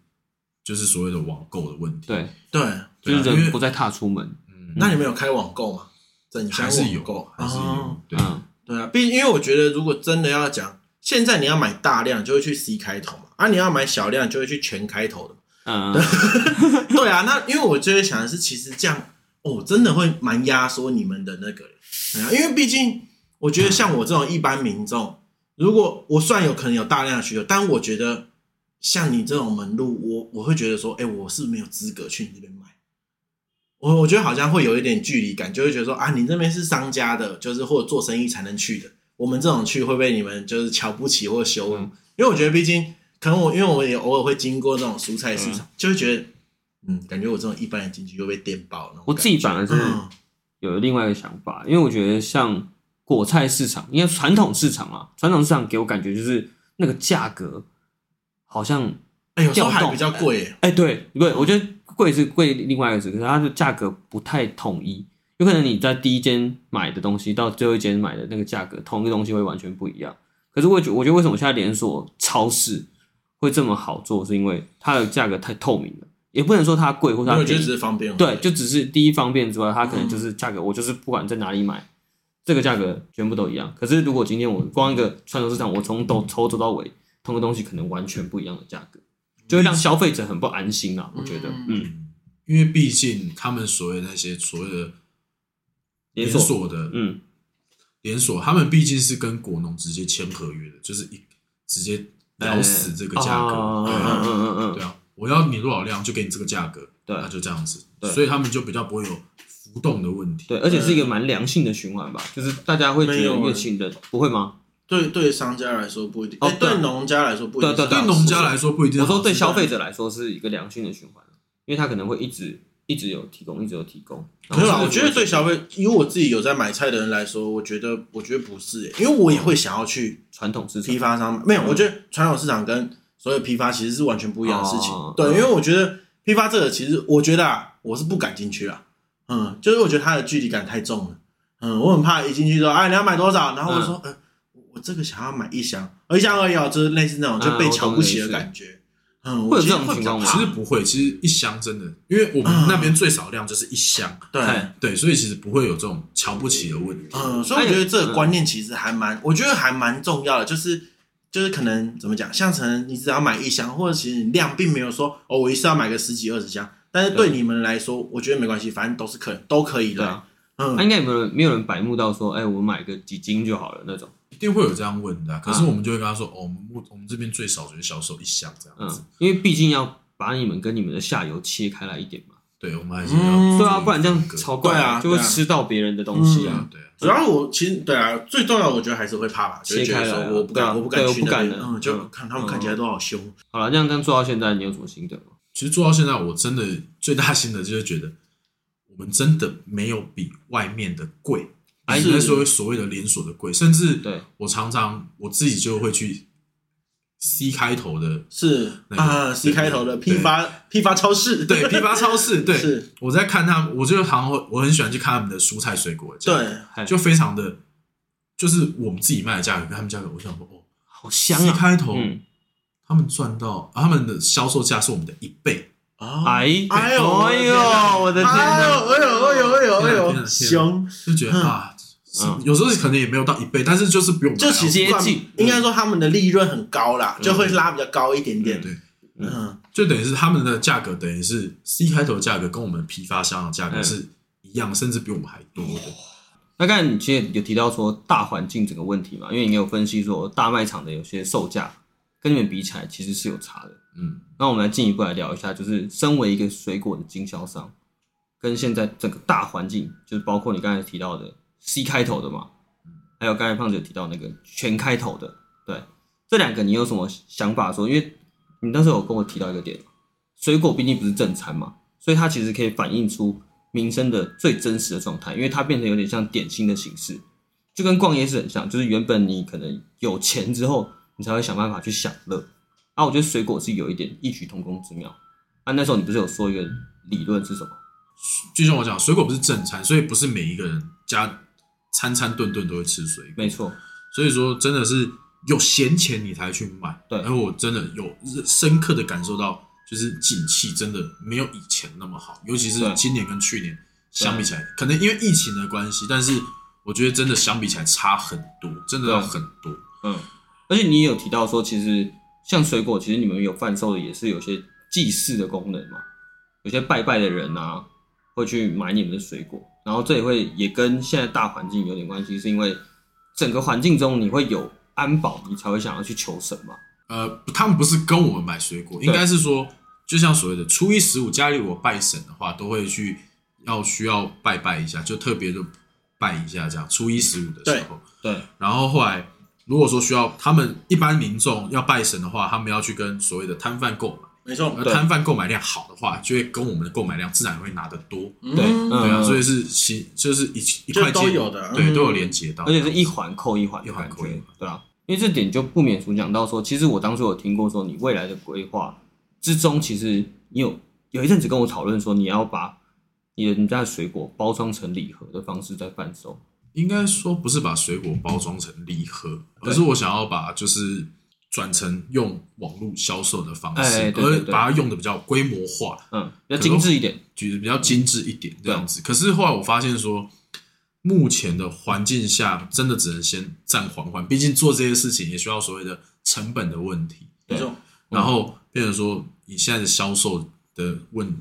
S1: 就是所谓的网购的问题。
S2: 对，
S3: 对，
S2: 就
S1: 对啊
S2: 是
S1: 因为
S2: 人不再踏出门，
S1: 嗯，
S3: 那你们有开网购吗？整箱
S1: 还是
S3: 网
S1: 有
S3: 购，
S1: 还是
S3: 哦
S1: 有。对，
S2: 嗯，
S3: 对啊，毕竟因为我觉得，如果真的要讲，现在你要买大量就会去 C 开头嘛，啊，你要买小量就会去全开头的嘛。
S2: 嗯，
S3: 对啊，那因为我就会想的是，其实这样哦，真的会蛮压缩你们的那个，对啊，因为毕竟我觉得像我这种一般民众，如果我算有可能有大量的需求，但我觉得像你这种门路，我我会觉得说，哎，我是没有资格去你这边买。我我觉得好像会有一点距离感，就会觉得说啊，你这边是商家的，就是或者做生意才能去的，我们这种去会被你们就是瞧不起或羞辱。
S2: 嗯
S3: 因为我觉得，毕竟可能我因为我也偶尔会经过那种蔬菜市场，就会觉得，嗯，感觉我这种一般人进去又被电爆了。
S2: 我自己反而是
S3: 嗯
S2: 有另外一个想法，因为我觉得像果菜市场，应该传统市场啊，传统市场给我感觉就是那个价格好像，
S3: 哎，有时候还
S2: 调动
S3: 比较贵耶，
S2: 哎，对，不对，我觉得贵是贵另外一个词，可是它的价格不太统一，有可能你在第一间买的东西到最后一间买的那个价格，同一个东西会完全不一样。可是我觉我觉得为什么现在连锁超市会这么好做，是因为它的价格太透明了，也不能说它贵或
S3: 我
S2: 者它
S3: 觉
S2: 便
S3: 得
S2: 宜
S3: 只是方便而已。
S2: 对，就只是第一方便之外，它可能就是价格，我就是不管在哪里买，这个价格全部都一样。可是如果今天我光一个串流市场，我从头从头走到尾，同个东西可能完全不一样的价格，就会让消费者很不安心啊。我觉得，嗯，
S1: 因为毕竟他们所谓的那些所谓的
S2: 连
S1: 连
S2: 锁
S1: 锁的
S2: 嗯，
S1: 连锁，他们毕竟是跟果农直接签合约的，就是一直接咬死这个价格。
S2: 哦
S1: 对
S2: 嗯
S1: 啊
S2: 嗯嗯
S1: 对
S2: 嗯，
S1: 啊，我要你多少量就给你这个价格，
S2: 对
S1: 那就这样子
S2: 对，
S1: 所以他们就比较不会有浮动的问题。
S2: 对，而且是一个蛮良性的循环吧，就是大家会觉
S3: 没
S2: 得
S3: 有
S2: 越信任，不会吗？
S3: 对对，商家来说不一定，
S2: 哦
S3: 哎，
S2: 对啊
S3: 对农家来说不一定。
S2: 对对
S1: 对农家来说不一定
S2: 啊我
S1: 好吃。
S2: 说对消费者来说是一个良性的循环，因为他可能会一直一直有提供，一直有提供。然
S3: 没
S2: 后
S3: 有啦，
S2: 就
S3: 我觉得对消费，以我自己有在买菜的人来说，我觉得我觉得不是耶，因为我也会想要去
S2: 传统市场
S3: 批，发商买
S2: 嗯
S3: 没有，我觉得传统市场跟所有批发其实是完全不一样的事情。
S2: 哦
S3: 对，
S2: 嗯
S3: 因为我觉得批发这个其实我觉得啊，我是不敢进去啊，嗯，就是我觉得它的距离感太重了，嗯，我很怕一进去说，哎，你要买多少？然后我就说，
S2: 嗯
S3: 哦
S2: 嗯
S3: 呃，我这个想要买一箱，呃一箱而已哦，就是类似那种就被瞧不起的感觉。嗯，
S2: 会
S3: 我
S2: 有
S3: 觉
S2: 这
S3: 得
S2: 种
S3: 会比较
S2: 情况吗
S3: 怕
S1: 其实不会，其实一箱真的，因为我们
S3: 啊
S1: 那边最少量就是一箱，
S3: 对
S2: 哎，
S1: 对，所以其实不会有这种瞧不起的问题。
S3: 嗯，所以我觉得这个观念其实还蛮，我觉得还蛮重要的，就是就是可能怎么讲，像可能你只要买一箱，或者其实你量并没有说哦，我一次要买个十几二十箱，但是对你们来说，我觉得没关系，反正都是客人都可以
S2: 对
S3: 的。
S2: 啊，那、
S3: 嗯，
S2: 应该也没有人没有人白目到说，哎、我买个几斤就好了那种。
S1: 一定会有这样问的啊、可
S2: 嗯
S1: 是我们就会跟他说，哦，我们目我们这边最少就是销售一箱这样子，
S2: 嗯，因为毕竟要把你们跟你们的下游切开来一点嘛。
S1: 对，我们还是
S3: 嗯
S1: 要
S2: 对啊，不然这样
S1: 格
S2: 超怪的
S3: 对啊
S2: 就会
S3: 对啊
S2: 吃到别人的东西
S1: 对啊
S2: 啊。
S1: 对啊，
S3: 主要我其实对啊，最重要的我觉得还是会怕吧，就
S2: 切
S3: 是觉
S2: 开
S3: 得
S2: 来啊
S3: 说我不
S2: 对啊
S3: 敢，我不敢
S2: 对
S3: 去
S2: 我不
S3: 那
S2: 敢
S3: 边，
S2: 的
S3: 嗯，就
S2: 嗯
S3: 看他们看起来都好凶，
S2: 好了，这样这样做到现在，你有什么心得吗？
S1: 其实做到现在，我真的 最大心得就是觉得，我们真的没有比外面的贵，啊
S2: 哎
S1: 应该说所谓的连锁的贵，甚至
S2: 对
S1: 我常常我自己就会去 C 开头的，
S3: 是
S1: 那个
S3: 啊，C
S1: 对
S3: 开头的批
S1: 对
S3: 发批发超市，
S1: 对批发超市， 对
S3: 是，
S1: 我在看他们，我就好像我很喜欢去看他们的蔬菜水果的价格，
S3: 对，
S1: 就非常的，就是我们自己卖的价格跟他们价格，我想说哦
S2: 好香
S1: ，C
S2: 啊！
S1: 开头
S2: 嗯，
S1: 他们赚到，啊他们的销售价是我们的一倍，
S3: 哦
S2: 哎
S3: 哎呦，
S2: 哎呦我的天
S3: 哎
S2: 哪啊
S3: 呦，哎呦，哎呦，哎呦，哎
S1: 天哪天哪
S3: 呦，凶！
S1: 就觉得啊，是有时候可能也没有到一倍，但是就是比我们
S3: 嗯就
S1: 还要
S3: 其实
S2: 接
S3: 他们
S2: 近
S3: 应该说他们的利润很高啦，
S2: 嗯
S3: 就会拉比较高一点点。
S1: 对，
S2: 嗯
S3: 嗯，
S1: 就等于是他们的价格等于是 C 开头的价格跟我们批发商的价格
S2: 嗯
S1: 是一样，甚至比我们还多的。
S2: 那刚才你其实有提到说大环境整个问题嘛，因为你有分析说大卖场的有些售价跟你们比起来其实是有差的。
S1: 嗯，
S2: 那我们来进一步来聊一下，就是身为一个水果的经销商，跟现在整个大环境，就是包括你刚才提到的 C 开头的嘛，还有刚才胖子有提到那个全开头的，对，这两个你有什么想法说？因为你那时候有跟我提到一个点，水果毕竟不是正餐嘛，所以它其实可以反映出民生的最真实的状态，因为它变成有点像点心的形式，就跟逛夜市很像，就是原本你可能有钱之后，你才会想办法去享乐。啊，我觉得水果是有一点异曲同工之妙。啊，那时候你不是有说一个理论是什么？
S1: 就像我讲，水果不是正餐，所以不是每一个人家餐餐顿顿都会吃水果。
S2: 没错，
S1: 所以说，真的是有闲钱你才去买。
S2: 对
S1: 而我真的有深刻的感受到，就是景气真的没有以前那么好，尤其是
S2: 对
S1: 今年跟去年相比起来，可能因为疫情的关系，但是我觉得真的相比起来差很多，真的要
S2: 对
S1: 很多。
S2: 嗯，而且你也有提到说，其实像水果，其实你们有贩售的也是有些祭祀的功能嘛，有些拜拜的人啊会去买你们的水果，然后这也会也跟现在大环境有点关系，是因为整个环境中你会有安保，你才会想要去求神嘛。
S1: 呃，他们不是跟我们买水果，应该是说，就像所谓的初一十五，家里我拜神的话，都会去要需要拜拜一下，就特别就拜一下这样。初一十五的时候，
S2: 对，
S1: 然后后来如果说需要他们一般民众要拜神的话，他们要去跟所谓的摊贩购买，
S3: 没错。
S1: 而
S2: 对
S1: 摊贩购买量好的话，就会跟我们的购买量自然会拿得多。
S2: 对，
S3: 嗯
S1: 对啊，
S2: 嗯
S1: 所以是其就是一一
S3: 就
S1: 块
S3: 都
S1: 接
S3: 有的
S1: 对，
S3: 嗯
S1: 都有连接到，
S2: 而且是一环扣一环的
S1: 一环
S2: 感觉
S1: 扣一环
S2: 对啊。因为这点就不免俗讲到说，其实我当初有听过说，你未来的规划之中，其实你有有一阵子跟我讨论说，你要把你的你家的水果包装成礼盒的方式在贩售。
S1: 应该说不是把水果包装成礼盒，
S2: 对
S1: 而是我想要把就是转成用网络销售的方式，
S2: 哎对对
S1: 而
S2: 对
S1: 把它用的比较规模化，
S2: 嗯，比较精致一点。
S1: 举得比较精致一点这样子。可是后来我发现说，目前的环境下真的只能先暂缓缓，毕竟做这些事情也需要所谓的成本的问题，
S3: 没错。
S1: 然后变成说你现在的销售的问。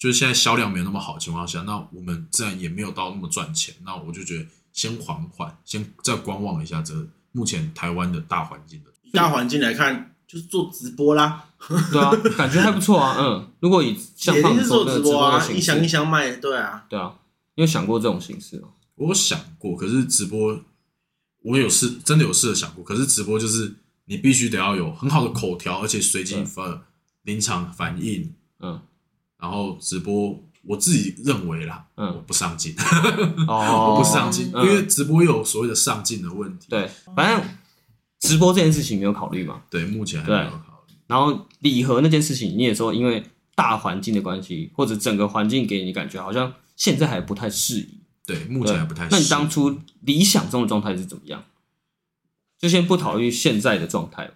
S1: 就是现在销量没有那么好的情况下，那我们自然也没有到那么赚钱。那我就觉得先缓缓，先再观望一下这目前台湾的大环境的。
S3: 以大环境来看，就是做直播啦，
S2: 对啊，感觉还不错啊。嗯，如果以像
S3: 也
S2: 胖
S3: 就
S2: 子
S3: 是
S2: 说
S3: 做
S2: 的
S3: 直
S2: 直播的
S3: 啊，
S2: 形
S3: 一
S2: 式，
S3: 箱一箱卖。对啊，
S2: 对啊，你有想过这种形式吗？
S1: 我有想过，可是直播我有试，真的有试着想过，可是直播就是你必须得要有很好的口条，而且随机
S2: 对
S1: 发临场反应，
S2: 嗯，
S1: 然后直播。我自己认为啦，
S2: 嗯
S1: 我不上镜，
S2: 哦
S1: 我 不上镜，
S2: 嗯
S1: 因为直播有所谓的上镜的问题。
S2: 对，反正直播这件事情没有考虑嘛。
S1: 对，目前还没有
S2: 对
S1: 考虑。
S2: 然后礼盒那件事情，你也说因为大环境的关系，或者整个环境给你感觉好像现在还不太适宜。
S1: 对，目
S2: 对
S1: 前还不太。
S2: 那你当初理想中的状态是怎么样？就先不考虑现在的状态，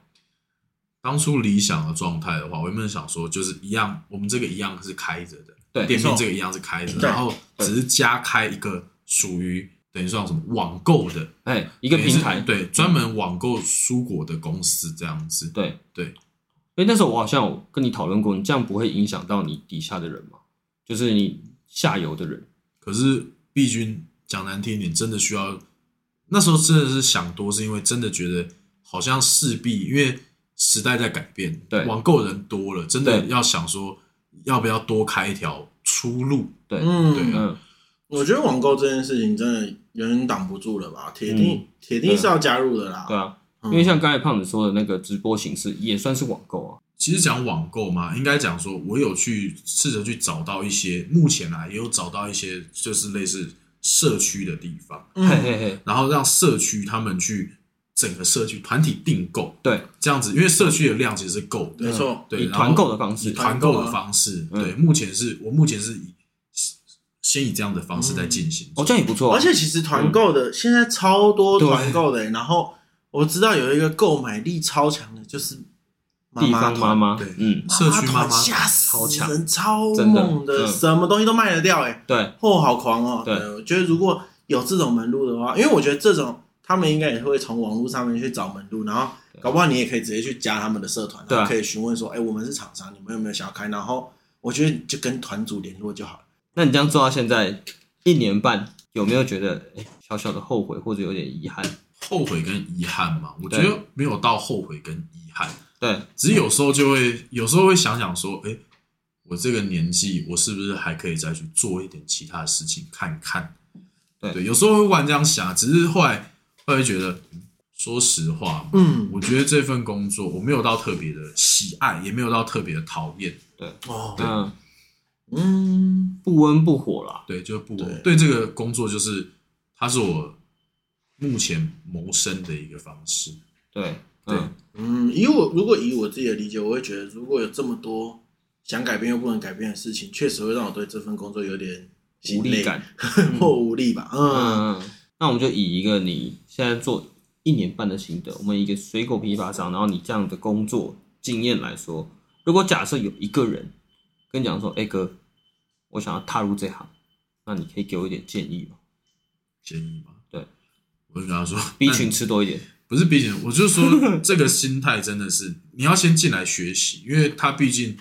S1: 当初理想的状态的话，我原本想说就是一样，我们这个一样是开着的，
S2: 对
S1: 店
S3: 没
S1: 面
S3: 错
S1: 这个一样是开着，
S3: 对
S1: 然后只是加开一个属于等于算什么网购的
S2: 哎，一
S1: 一
S2: 个平台，
S1: 对，专门网购蔬果的公司这样子。
S2: 对
S1: 对
S2: 因为那时候我好像有跟你讨论过，你这样不会影响到你底下的人嘛？就是你下游的人，
S1: 可是 B 君讲难听一点，真的需要那时候真的是想多，是因为真的觉得好像势必因为时代在改变，
S2: 对
S1: 网购人多了，真的
S2: 对
S1: 要想说要不要多开一条出路。
S2: 对，
S1: 对
S3: 嗯，
S2: 嗯，
S3: 我觉得网购这件事情真的远远挡不住了吧，铁定铁定是要加入的啦。
S2: 嗯对啊，因
S3: 嗯
S2: 为像刚才胖子说的那个直播形式也算是网购啊，
S1: 其实讲网购嘛，应该讲说，我有去试着去找到一些，目前啊也有找到一些，就是类似社区的地方，
S2: 嘿
S3: 嗯
S2: 嘿嘿，
S1: 然后让社区他们去整个社区团体订购
S2: 对，
S1: 这样子，因为社区的量其实是够的，
S3: 没错，
S1: 对，
S2: 以
S1: 然后
S2: 团购的方式
S1: 以，团购的方式，
S2: 嗯
S1: 对，目前是我目前是以先以这样的方式在进行，
S2: 哦，这样也不错啊，
S3: 而且其实团购的现在超多团购的，欸然后我知道有一个购买力超强的，就是妈
S2: 地
S3: 妈
S2: 方妈
S3: 团，
S2: 妈
S1: 对，
S2: 嗯，
S1: 社区妈妈
S3: 团吓死
S2: 超强
S3: 人，超
S2: 真的
S3: 猛
S2: 嗯
S3: 什么东西都卖得掉哎。
S2: 对，
S3: 哦，好狂哦！
S2: 对，
S3: 我觉得如果有这种门路的话，因为我觉得这种他们应该也会从网络上面去找门路，然后搞不好你也可以直接去加他们的社团，
S2: 对啊
S3: 然后可以询问说，哎、我们是厂商，你们有没有想要开？然后我觉得就跟团组联络就好了。
S2: 那你这样做到现在一年半，有没有觉得哎小小的后悔或者有点遗憾？
S1: 后悔跟遗憾嘛，我觉
S2: 对
S1: 得没有到后悔跟遗憾，
S2: 对，
S1: 只是有时候就会有时候会想想说，哎，我这个年纪，我是不是还可以再去做一点其他的事情看看？
S2: 对
S1: 有时候会忽然这样想，只是后来后来觉得，嗯说实话，
S3: 嗯，
S1: 我觉得这份工作我没有到特别的喜爱，也没有到特别的讨厌，
S3: 哦，
S2: 嗯，
S3: 嗯，
S2: 不温不火啦，
S1: 对，就是不
S3: 对
S1: 对这个工作，就是它是我目前谋生的一个方式。
S2: 对，
S1: 对
S2: 嗯，
S3: 嗯，以我如果以我自己的理解，我会觉得如果有这么多想改变又不能改变的事情，确实会让我对这份工作有点心
S2: 无力
S3: 累
S2: 感，
S3: 或无力吧。嗯，
S2: 嗯，那我们就以一个你现在做一年半的心得，我们一个水果批发商，然后你这样的工作经验来说，如果假设有一个人跟你讲说：“哎、哥，我想要踏入这行，那你可以给我一点建议吗
S1: 建议嘛，
S2: 对，
S1: 我就跟他说
S2: ？”B
S1: 那
S2: 群吃多一点，
S1: 不是 B 群，我就说这个心态真的是你要先进来学习，因为它毕竟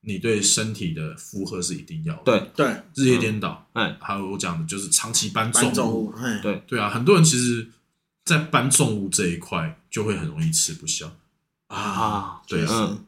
S1: 你对身体的负荷是一定要的。
S2: 对，
S3: 对，
S1: 日夜颠倒，
S2: 哎，
S1: 还有我讲的就是长期搬重
S3: 搬
S1: 物。
S3: 重物，嘿
S2: 对
S1: 对啊，很多人其实，在搬重物这一块就会很容易吃不消。
S3: 啊，
S2: 啊，
S1: 对
S3: 确实
S2: 嗯，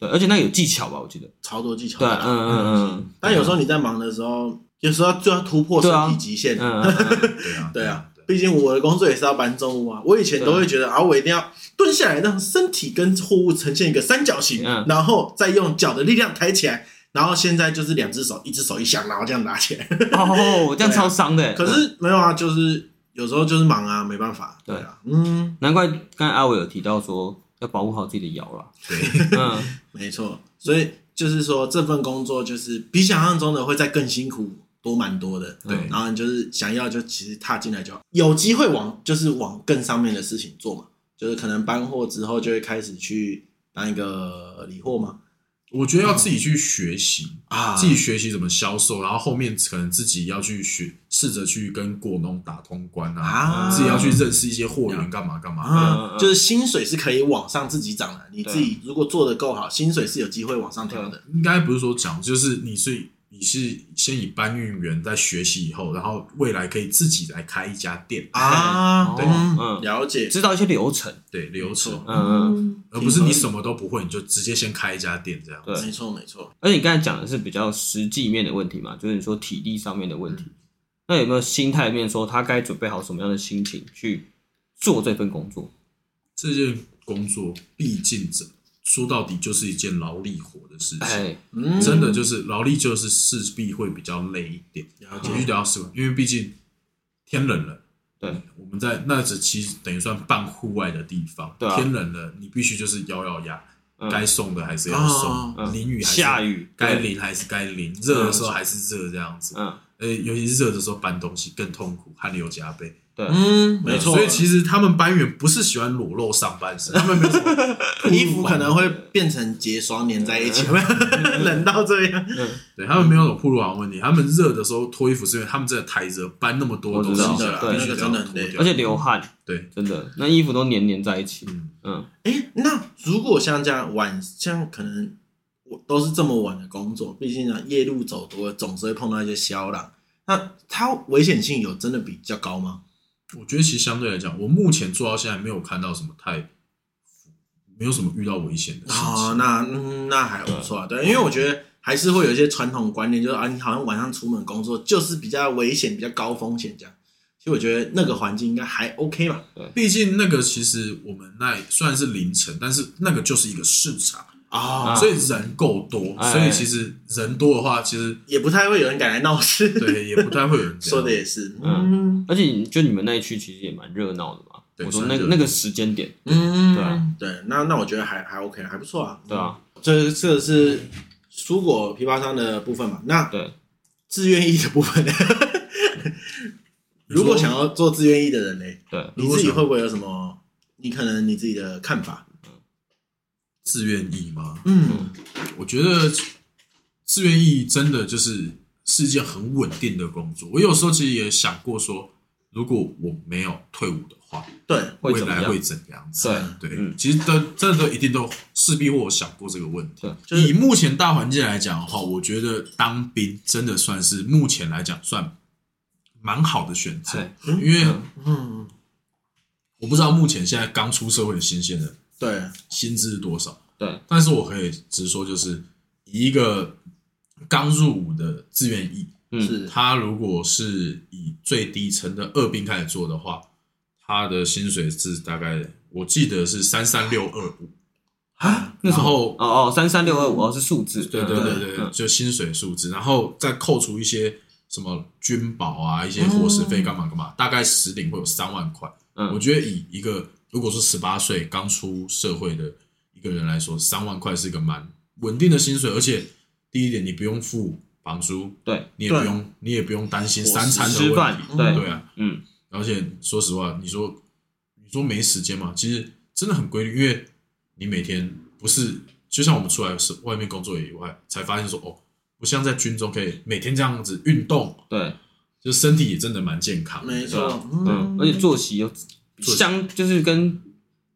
S2: 对，而且那有技巧吧，我记得，
S3: 超多技巧
S2: 对，
S3: 的
S2: 嗯
S3: 啦。
S2: 嗯嗯，
S3: 啊但有时候你在忙的时候，有时候就要突破身体极限。
S2: 嗯，嗯嗯嗯
S1: 对啊，
S3: 对啊
S1: 对，
S3: 毕竟我的工作也是要搬重物啊。我以前都会觉得啊，我一定要蹲下来，让身体跟货物呈现一个三角形，
S2: 嗯
S3: 然后再用脚的力量抬起来。然后现在就是两只手，一只手一箱，然后这样拿起来。
S2: 哦，这样超伤的，
S3: 可是没有啊，就是有时候就是忙啊，没办法。
S2: 嗯对
S3: 对啊，嗯，
S2: 难怪刚才阿伟有提到说要保护好自己的腰啦，
S1: 对，
S2: 嗯。
S3: 没错。所以就是说，这份工作就是比想象中的会再更辛苦多蛮多的。
S1: 对
S3: 然后你就是想要就其实踏进来就好有机会往就是往更上面的事情做嘛，就是可能搬货之后就会开始去当一个理货嘛，
S1: 我觉得要自己去学习，
S3: 啊
S1: 自己学习怎么销售，然后后面可能自己要去学，试着去跟果农打通关啊，
S3: 啊
S1: 自己要去认识一些货源，干嘛干嘛。
S2: 嗯嗯
S3: 啊
S2: 嗯，
S3: 就是薪水是可以往上自己涨的，你自己如果做的够好，薪水是有机会往上调的，
S1: 应该不是说讲，就是你是你是先以搬运员在学习以后，然后未来可以自己来开一家店
S3: 啊，
S2: 对
S3: 嗯
S2: 嗯
S3: 了解，
S2: 知道一些流程，
S1: 对流程，
S2: 嗯嗯，
S1: 而不是你什么都不会，你就直接先开一家店这样。
S2: 对
S3: 没错没错，
S2: 而且你刚才讲的是比较实际面的问题嘛，就是你说体力上面的问题，那有没有心态面说他该准备好什么样的心情去做这份工作？
S1: 这件工作毕竟这说到底就是一件劳力活的事情，
S2: 哎，
S3: 嗯，
S1: 真的就是劳力就是势必会比较累一点，
S3: 了
S1: 必须
S3: 解，
S1: 得要适应，因为毕竟天冷了。
S2: 对，
S1: 我们在那只其实等于算半户外的地方，
S2: 对啊
S1: 天冷了，你必须就是咬咬牙，
S2: 嗯
S1: 该送的还是要
S3: 哦
S1: 送，
S2: 嗯
S1: 淋雨还是
S2: 下雨
S1: 该
S2: 对
S1: 淋还是该淋，热的时候还是热这样子。
S2: 嗯，
S1: 呃，尤其是热的时候搬东西更痛苦，汗流浃背。
S2: 对，
S3: 嗯，没错。
S1: 所以其实他们班员不是喜欢裸露上半身，他们没 有什么
S3: 衣服可能会变成结霜粘在一起， 冷到这样。
S1: 对他们没有那种铺路网问题，他们热的时候脱衣服是因为他们真的太热，搬那么多
S2: 我
S1: 东
S2: 知
S1: 西
S2: 道
S1: 下来，
S2: 对
S1: 必须
S3: 那个
S1: 得要
S3: 真的很
S1: 脱
S3: 累
S1: 掉
S2: 而且流汗，
S1: 对，
S2: 真的，那衣服都黏黏在一起。
S1: 嗯
S2: 嗯，
S3: 哎，那如果像这样晚，像可能我都是这么晚的工作，毕竟呢夜路走多了，总是会碰到一些肖狼。那它危险性有真的比较高吗？
S1: 我觉得其实相对来讲，我目前做到现在没有看到什么太，没有什么遇到危险的事情。
S3: 哦，那嗯，那还不错啊，对，因为我觉得还是会有一些传统观念，就是啊，你好像晚上出门工作就是比较危险、比较高风险这样。其实我觉得那个环境应该还 OK 吧。
S1: 毕竟那个其实我们那虽然是凌晨，但是那个就是一个市场，
S3: 哦，
S2: 啊
S1: 所以人够多，
S2: 哎
S1: 所以其实人多的话，其 实
S3: 也不太会有人敢来闹事。
S1: 对也不太会有人这
S3: 说
S1: 样
S3: 的也是，嗯
S2: 嗯而且你就你们那一区其实也蛮热闹的嘛。
S1: 对
S2: 我说
S1: 算
S2: 那
S1: 热
S2: 个
S1: 闹
S2: 那个时间点，
S3: 嗯，
S2: 对啊
S3: 对，那那我觉得还还 OK，还不错啊。
S2: 对啊，
S3: 这这是蔬果批发商的部分嘛？那
S2: 对，
S3: 自愿意的部分呢？
S1: 你说
S3: 如果想要做自愿意的人呢，
S2: 对，
S3: 你
S1: 如果
S3: 自己
S1: 想
S3: 会不会有什么？你可能你自己的看法？
S1: 自愿意吗？
S3: 嗯，
S1: 我觉得自愿意真的就是是一件很稳定的工作。我有时候其实也想过说，如果我没有退伍的话，
S3: 对，
S2: 会
S1: 未
S2: 怎么
S1: 来
S2: 样
S1: 会？怎样子？啊对，
S2: 嗯
S1: 其实都真的都一定都势必会有想过这个问题
S2: 对。
S3: 就是
S1: 以目前大环境来讲的话，我觉得当兵真的算是目前来讲算蛮好的选择
S2: 对，
S1: 因为
S2: 嗯
S3: 嗯，
S1: 我不知道目前现在刚出社会的新鲜人
S3: 对，
S1: 薪资是多少，
S2: 对，
S1: 但是我可以直说，就是以一个刚入伍的志愿役，
S2: 嗯
S3: 是
S1: 他如果是以最低层的二兵开始做的话，他的薪水是大概我记得是三三六二五，
S3: 啊，
S2: 那时
S1: 然
S2: 候
S1: 后
S2: 嗯哦哦，三三六二五哦是数字，
S1: 对对对对，对，就薪水数字，然后再扣除一些什么军保啊、一些伙食费干嘛干嘛，大概实领会有三万块。
S2: 嗯
S1: 我觉得以一个如果说十八岁刚出社会的一个人来说，三万块是一个蛮稳定的薪水，而且第一点你不用付房租，
S2: 对，
S1: 你也不
S3: 对
S1: 用你也不用担心
S3: 伙食
S1: 三餐的
S2: 吃
S1: 问
S2: 饭
S1: 题，
S2: 对
S1: 对啊，
S2: 嗯，
S1: 而且说实话，你说嗯你说没时间嘛，其实真的很规律，因为你每天不是就像我们出来是外面工作以外，才发现说哦，不像在军中可以每天这样子运动，
S2: 对，
S1: 就身体也真的蛮健康的。
S3: 没
S2: 对
S3: 错
S2: 啊，
S3: 嗯
S2: 嗯，，而且作息又
S1: 息
S2: 相就是跟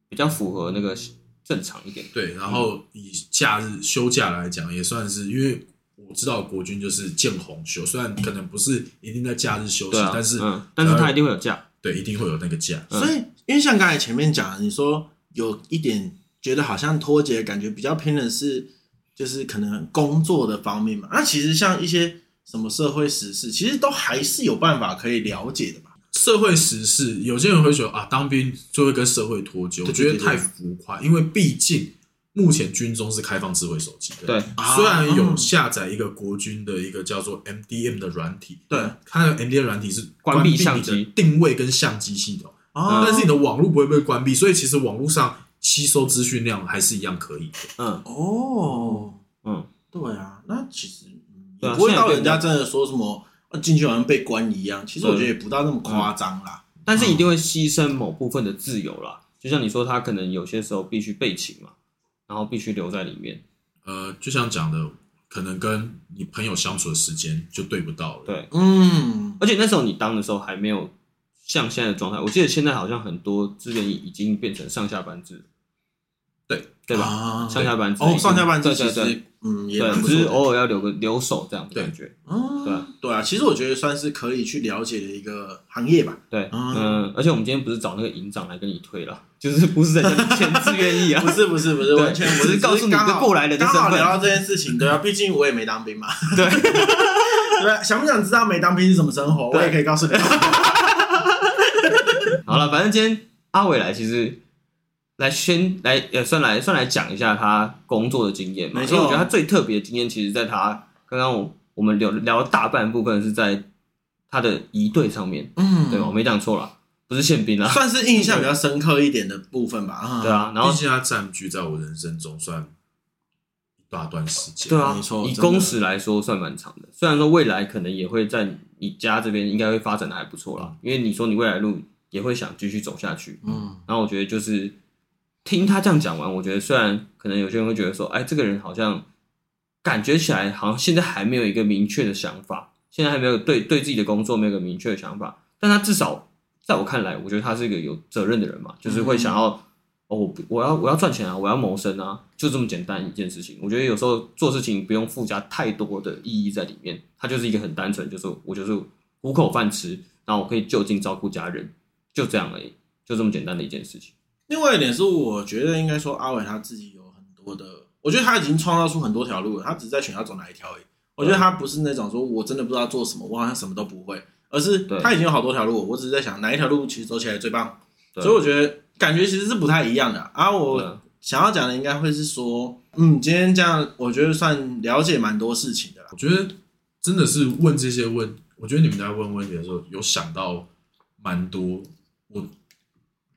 S2: 比较符合那个正常一点，
S1: 对，然后以假日休假来讲，也算是因为我知道国军就是见红休，虽然可能不是一定在假日休息，
S2: 对啊，
S1: 但是、呃
S2: 嗯，但是他一定会有假，
S1: 对一定会有那个假。
S3: 所以因为像刚才前面讲的，你说有一点觉得好像脱节，感觉比较偏的是就是可能工作的方面嘛。那其实像一些什么社会时事，其实都还是有办法可以了解的嘛。
S1: 社会时事，有些人会觉得啊，当兵就会跟社会脱节，我
S3: 对
S1: 觉得
S3: 对对
S1: 太浮夸，因为毕竟目前军中是开放智慧手机的。
S2: 对，
S3: 啊
S1: 虽然有
S3: 嗯
S1: 下载一个国军的一个叫做 MDM 的软体，
S3: 对，
S1: 它的 MDM 软体是啊
S2: 关闭相机
S1: 你的定位跟相机系统，
S3: 哦，
S1: 但是你的网络不会被关闭，所以其实网络上吸收资讯量还是一样可以的。
S2: 嗯
S3: 哦，
S2: 嗯，
S3: 对啊，那其实嗯
S2: 对啊
S3: 也不会
S2: 现在
S3: 到
S2: 变
S3: 人家真的说什么啊进去好像被关一样，其实我觉
S2: 对
S3: 得也不到那么夸张啦。
S2: 但是一定会牺牲某部分的自由啦，就像你说，他可能有些时候必须备勤嘛，然后必须留在里面，
S1: 呃，就像讲的，可能跟你朋友相处的时间就对不到了。
S2: 对啊
S3: 嗯，
S2: 而且那时候你当的时候还没有像现在的状态，我记得现在好像很多志愿役已经变成上下班制，
S1: 对
S2: 对吧？
S3: 啊
S2: 上下班制
S3: 哦，上下班制
S2: 对
S3: 其
S2: 对对
S3: 实嗯也
S2: 对，
S3: 蛮
S2: 啊
S3: 不
S2: 只
S3: 错
S2: 是
S3: 的。
S2: 偶尔要留个留守这样的
S1: 对
S2: 感觉，对
S3: 嗯
S2: 啊，
S3: 对啊，其实我觉得算是可以去了解的一个行业 吧，
S2: 对，
S3: 嗯
S2: 嗯，而且我们今天不是找那个营长来跟你推了，就是不是在跟你签志愿役啊
S3: 不，是不是不是，
S2: 对
S3: 完全不
S2: 只是告诉你
S3: 刚好
S2: 一个过来人的
S3: 刚
S2: 身份
S3: 好聊到这件事情，对啊，毕竟我也没当兵嘛，
S2: 对
S3: 对啊，想不想知道没当兵是什么生活，
S2: 对
S3: 我也可以告诉你。
S2: 好了，反正今天阿伟来，其实来先来也算来算来讲一下他工作的经验嘛，
S3: 没
S2: 因
S3: 错
S2: 为我觉得他最特别的经验，其实在他刚刚我我们聊聊了大半部分是在他的仪队上面，
S3: 嗯
S2: 对吧？我没讲错啦，不是宪兵啦，
S3: 算是印象比较深刻一点的部分吧，啊
S2: 对，啊，然后
S1: 毕竟它占据在我人生中算一大段时间。
S2: 对啊
S3: 没错，
S2: 以
S3: 真的
S2: 工时来说算蛮长的，虽然说未来可能也会在你家这边应该会发展的还不错啦，因为你说你未来路也会想继续走下去。
S3: 嗯，
S2: 然后我觉得就是听他这样讲完，我觉得虽然可能有些人会觉得说，哎，这个人好像感觉起来好像现在还没有一个明确的想法，现在还没有对对自己的工作没有一个明确的想法，但他至少在我看来，我觉得他是一个有责任的人嘛，就是会想要。哦，我不我要我要赚钱啊，我要谋生啊，就这么简单一件事情。我觉得有时候做事情不用附加太多的意义在里面，它就是一个很单纯，就是我就是糊口饭吃，然后我可以就近照顾家人，就这样而已，就这么简单的一件事情。
S3: 另外一点是，我觉得应该说阿伟他自己有很多的，我觉得他已经创造出很多条路了，他只是在选要走哪一条而已。我觉得他不是那种说我真的不知道做什么，我好像什么都不会，而是
S2: 对
S3: 他已经有好多条路，我只是在想哪一条路其实走起来最棒。
S2: 对啊
S3: 所以我觉得感觉其实是不太一样的啊。啊我
S2: 对啊
S3: 想要讲的应该会是说，嗯，今天这样我觉得算了解蛮多事情的啦。
S1: 我觉得真的是问这些问，我觉得你们在问问题的时候有想到蛮多，我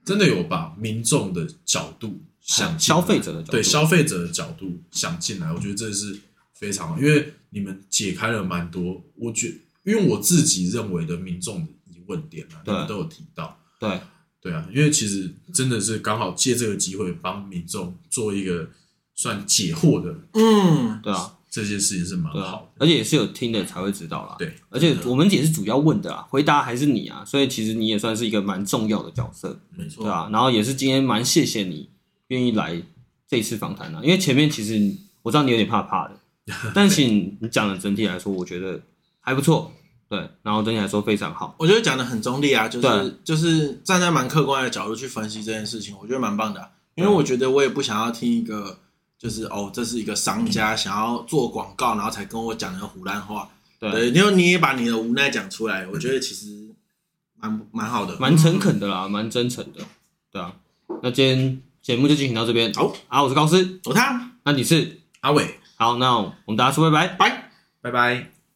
S1: 真的有把民众的角度想进来
S2: 消费者的角度
S1: 对消费者的角度想进来，我觉得这是非常好，因为你们解开了蛮多，我觉因为我自己认为的民众的疑问点啊，你
S2: 对
S1: 们都有提到，
S2: 对
S1: 对啊，因为其实真的是刚好借这个机会帮民众做一个算解惑的
S3: 嗯，
S2: 对啊，
S1: 这件事情是蛮
S2: 对啊
S1: 好，的，
S2: 而且也是有听的才会知道啦。
S1: 对，
S2: 而且我们也是主要问的啊，回答还是你啊，所以其实你也算是一个蛮重要的角色。
S3: 没错
S2: 对，啊，然后也是今天蛮谢谢你愿意来这一次访谈啊，因为前面其实你我知道你有点怕怕的，但是你你讲的整体来说，我觉得还不错，对，然后整体来说非常好，
S3: 我觉得讲的很中立啊，就
S2: 对
S3: 是就是站在蛮客观的角度去分析这件事情，我觉得蛮棒的啊、因为我觉得我也不想要听一个就是哦，这是一个商家想要做广告，然后才跟我讲那个胡乱话。
S2: 对啊
S3: 对，因为你也把你的无奈讲出来，我觉得其实蛮蛮好的。
S2: 蛮诚恳的啦，蛮真诚的，对啊，那今天节目就进行到这边，
S3: 好
S2: 啊，我是高斯，
S3: 我他
S2: 那你是
S1: 阿伟，
S2: 好，那我们大家说拜拜。
S3: 拜。
S1: 拜拜。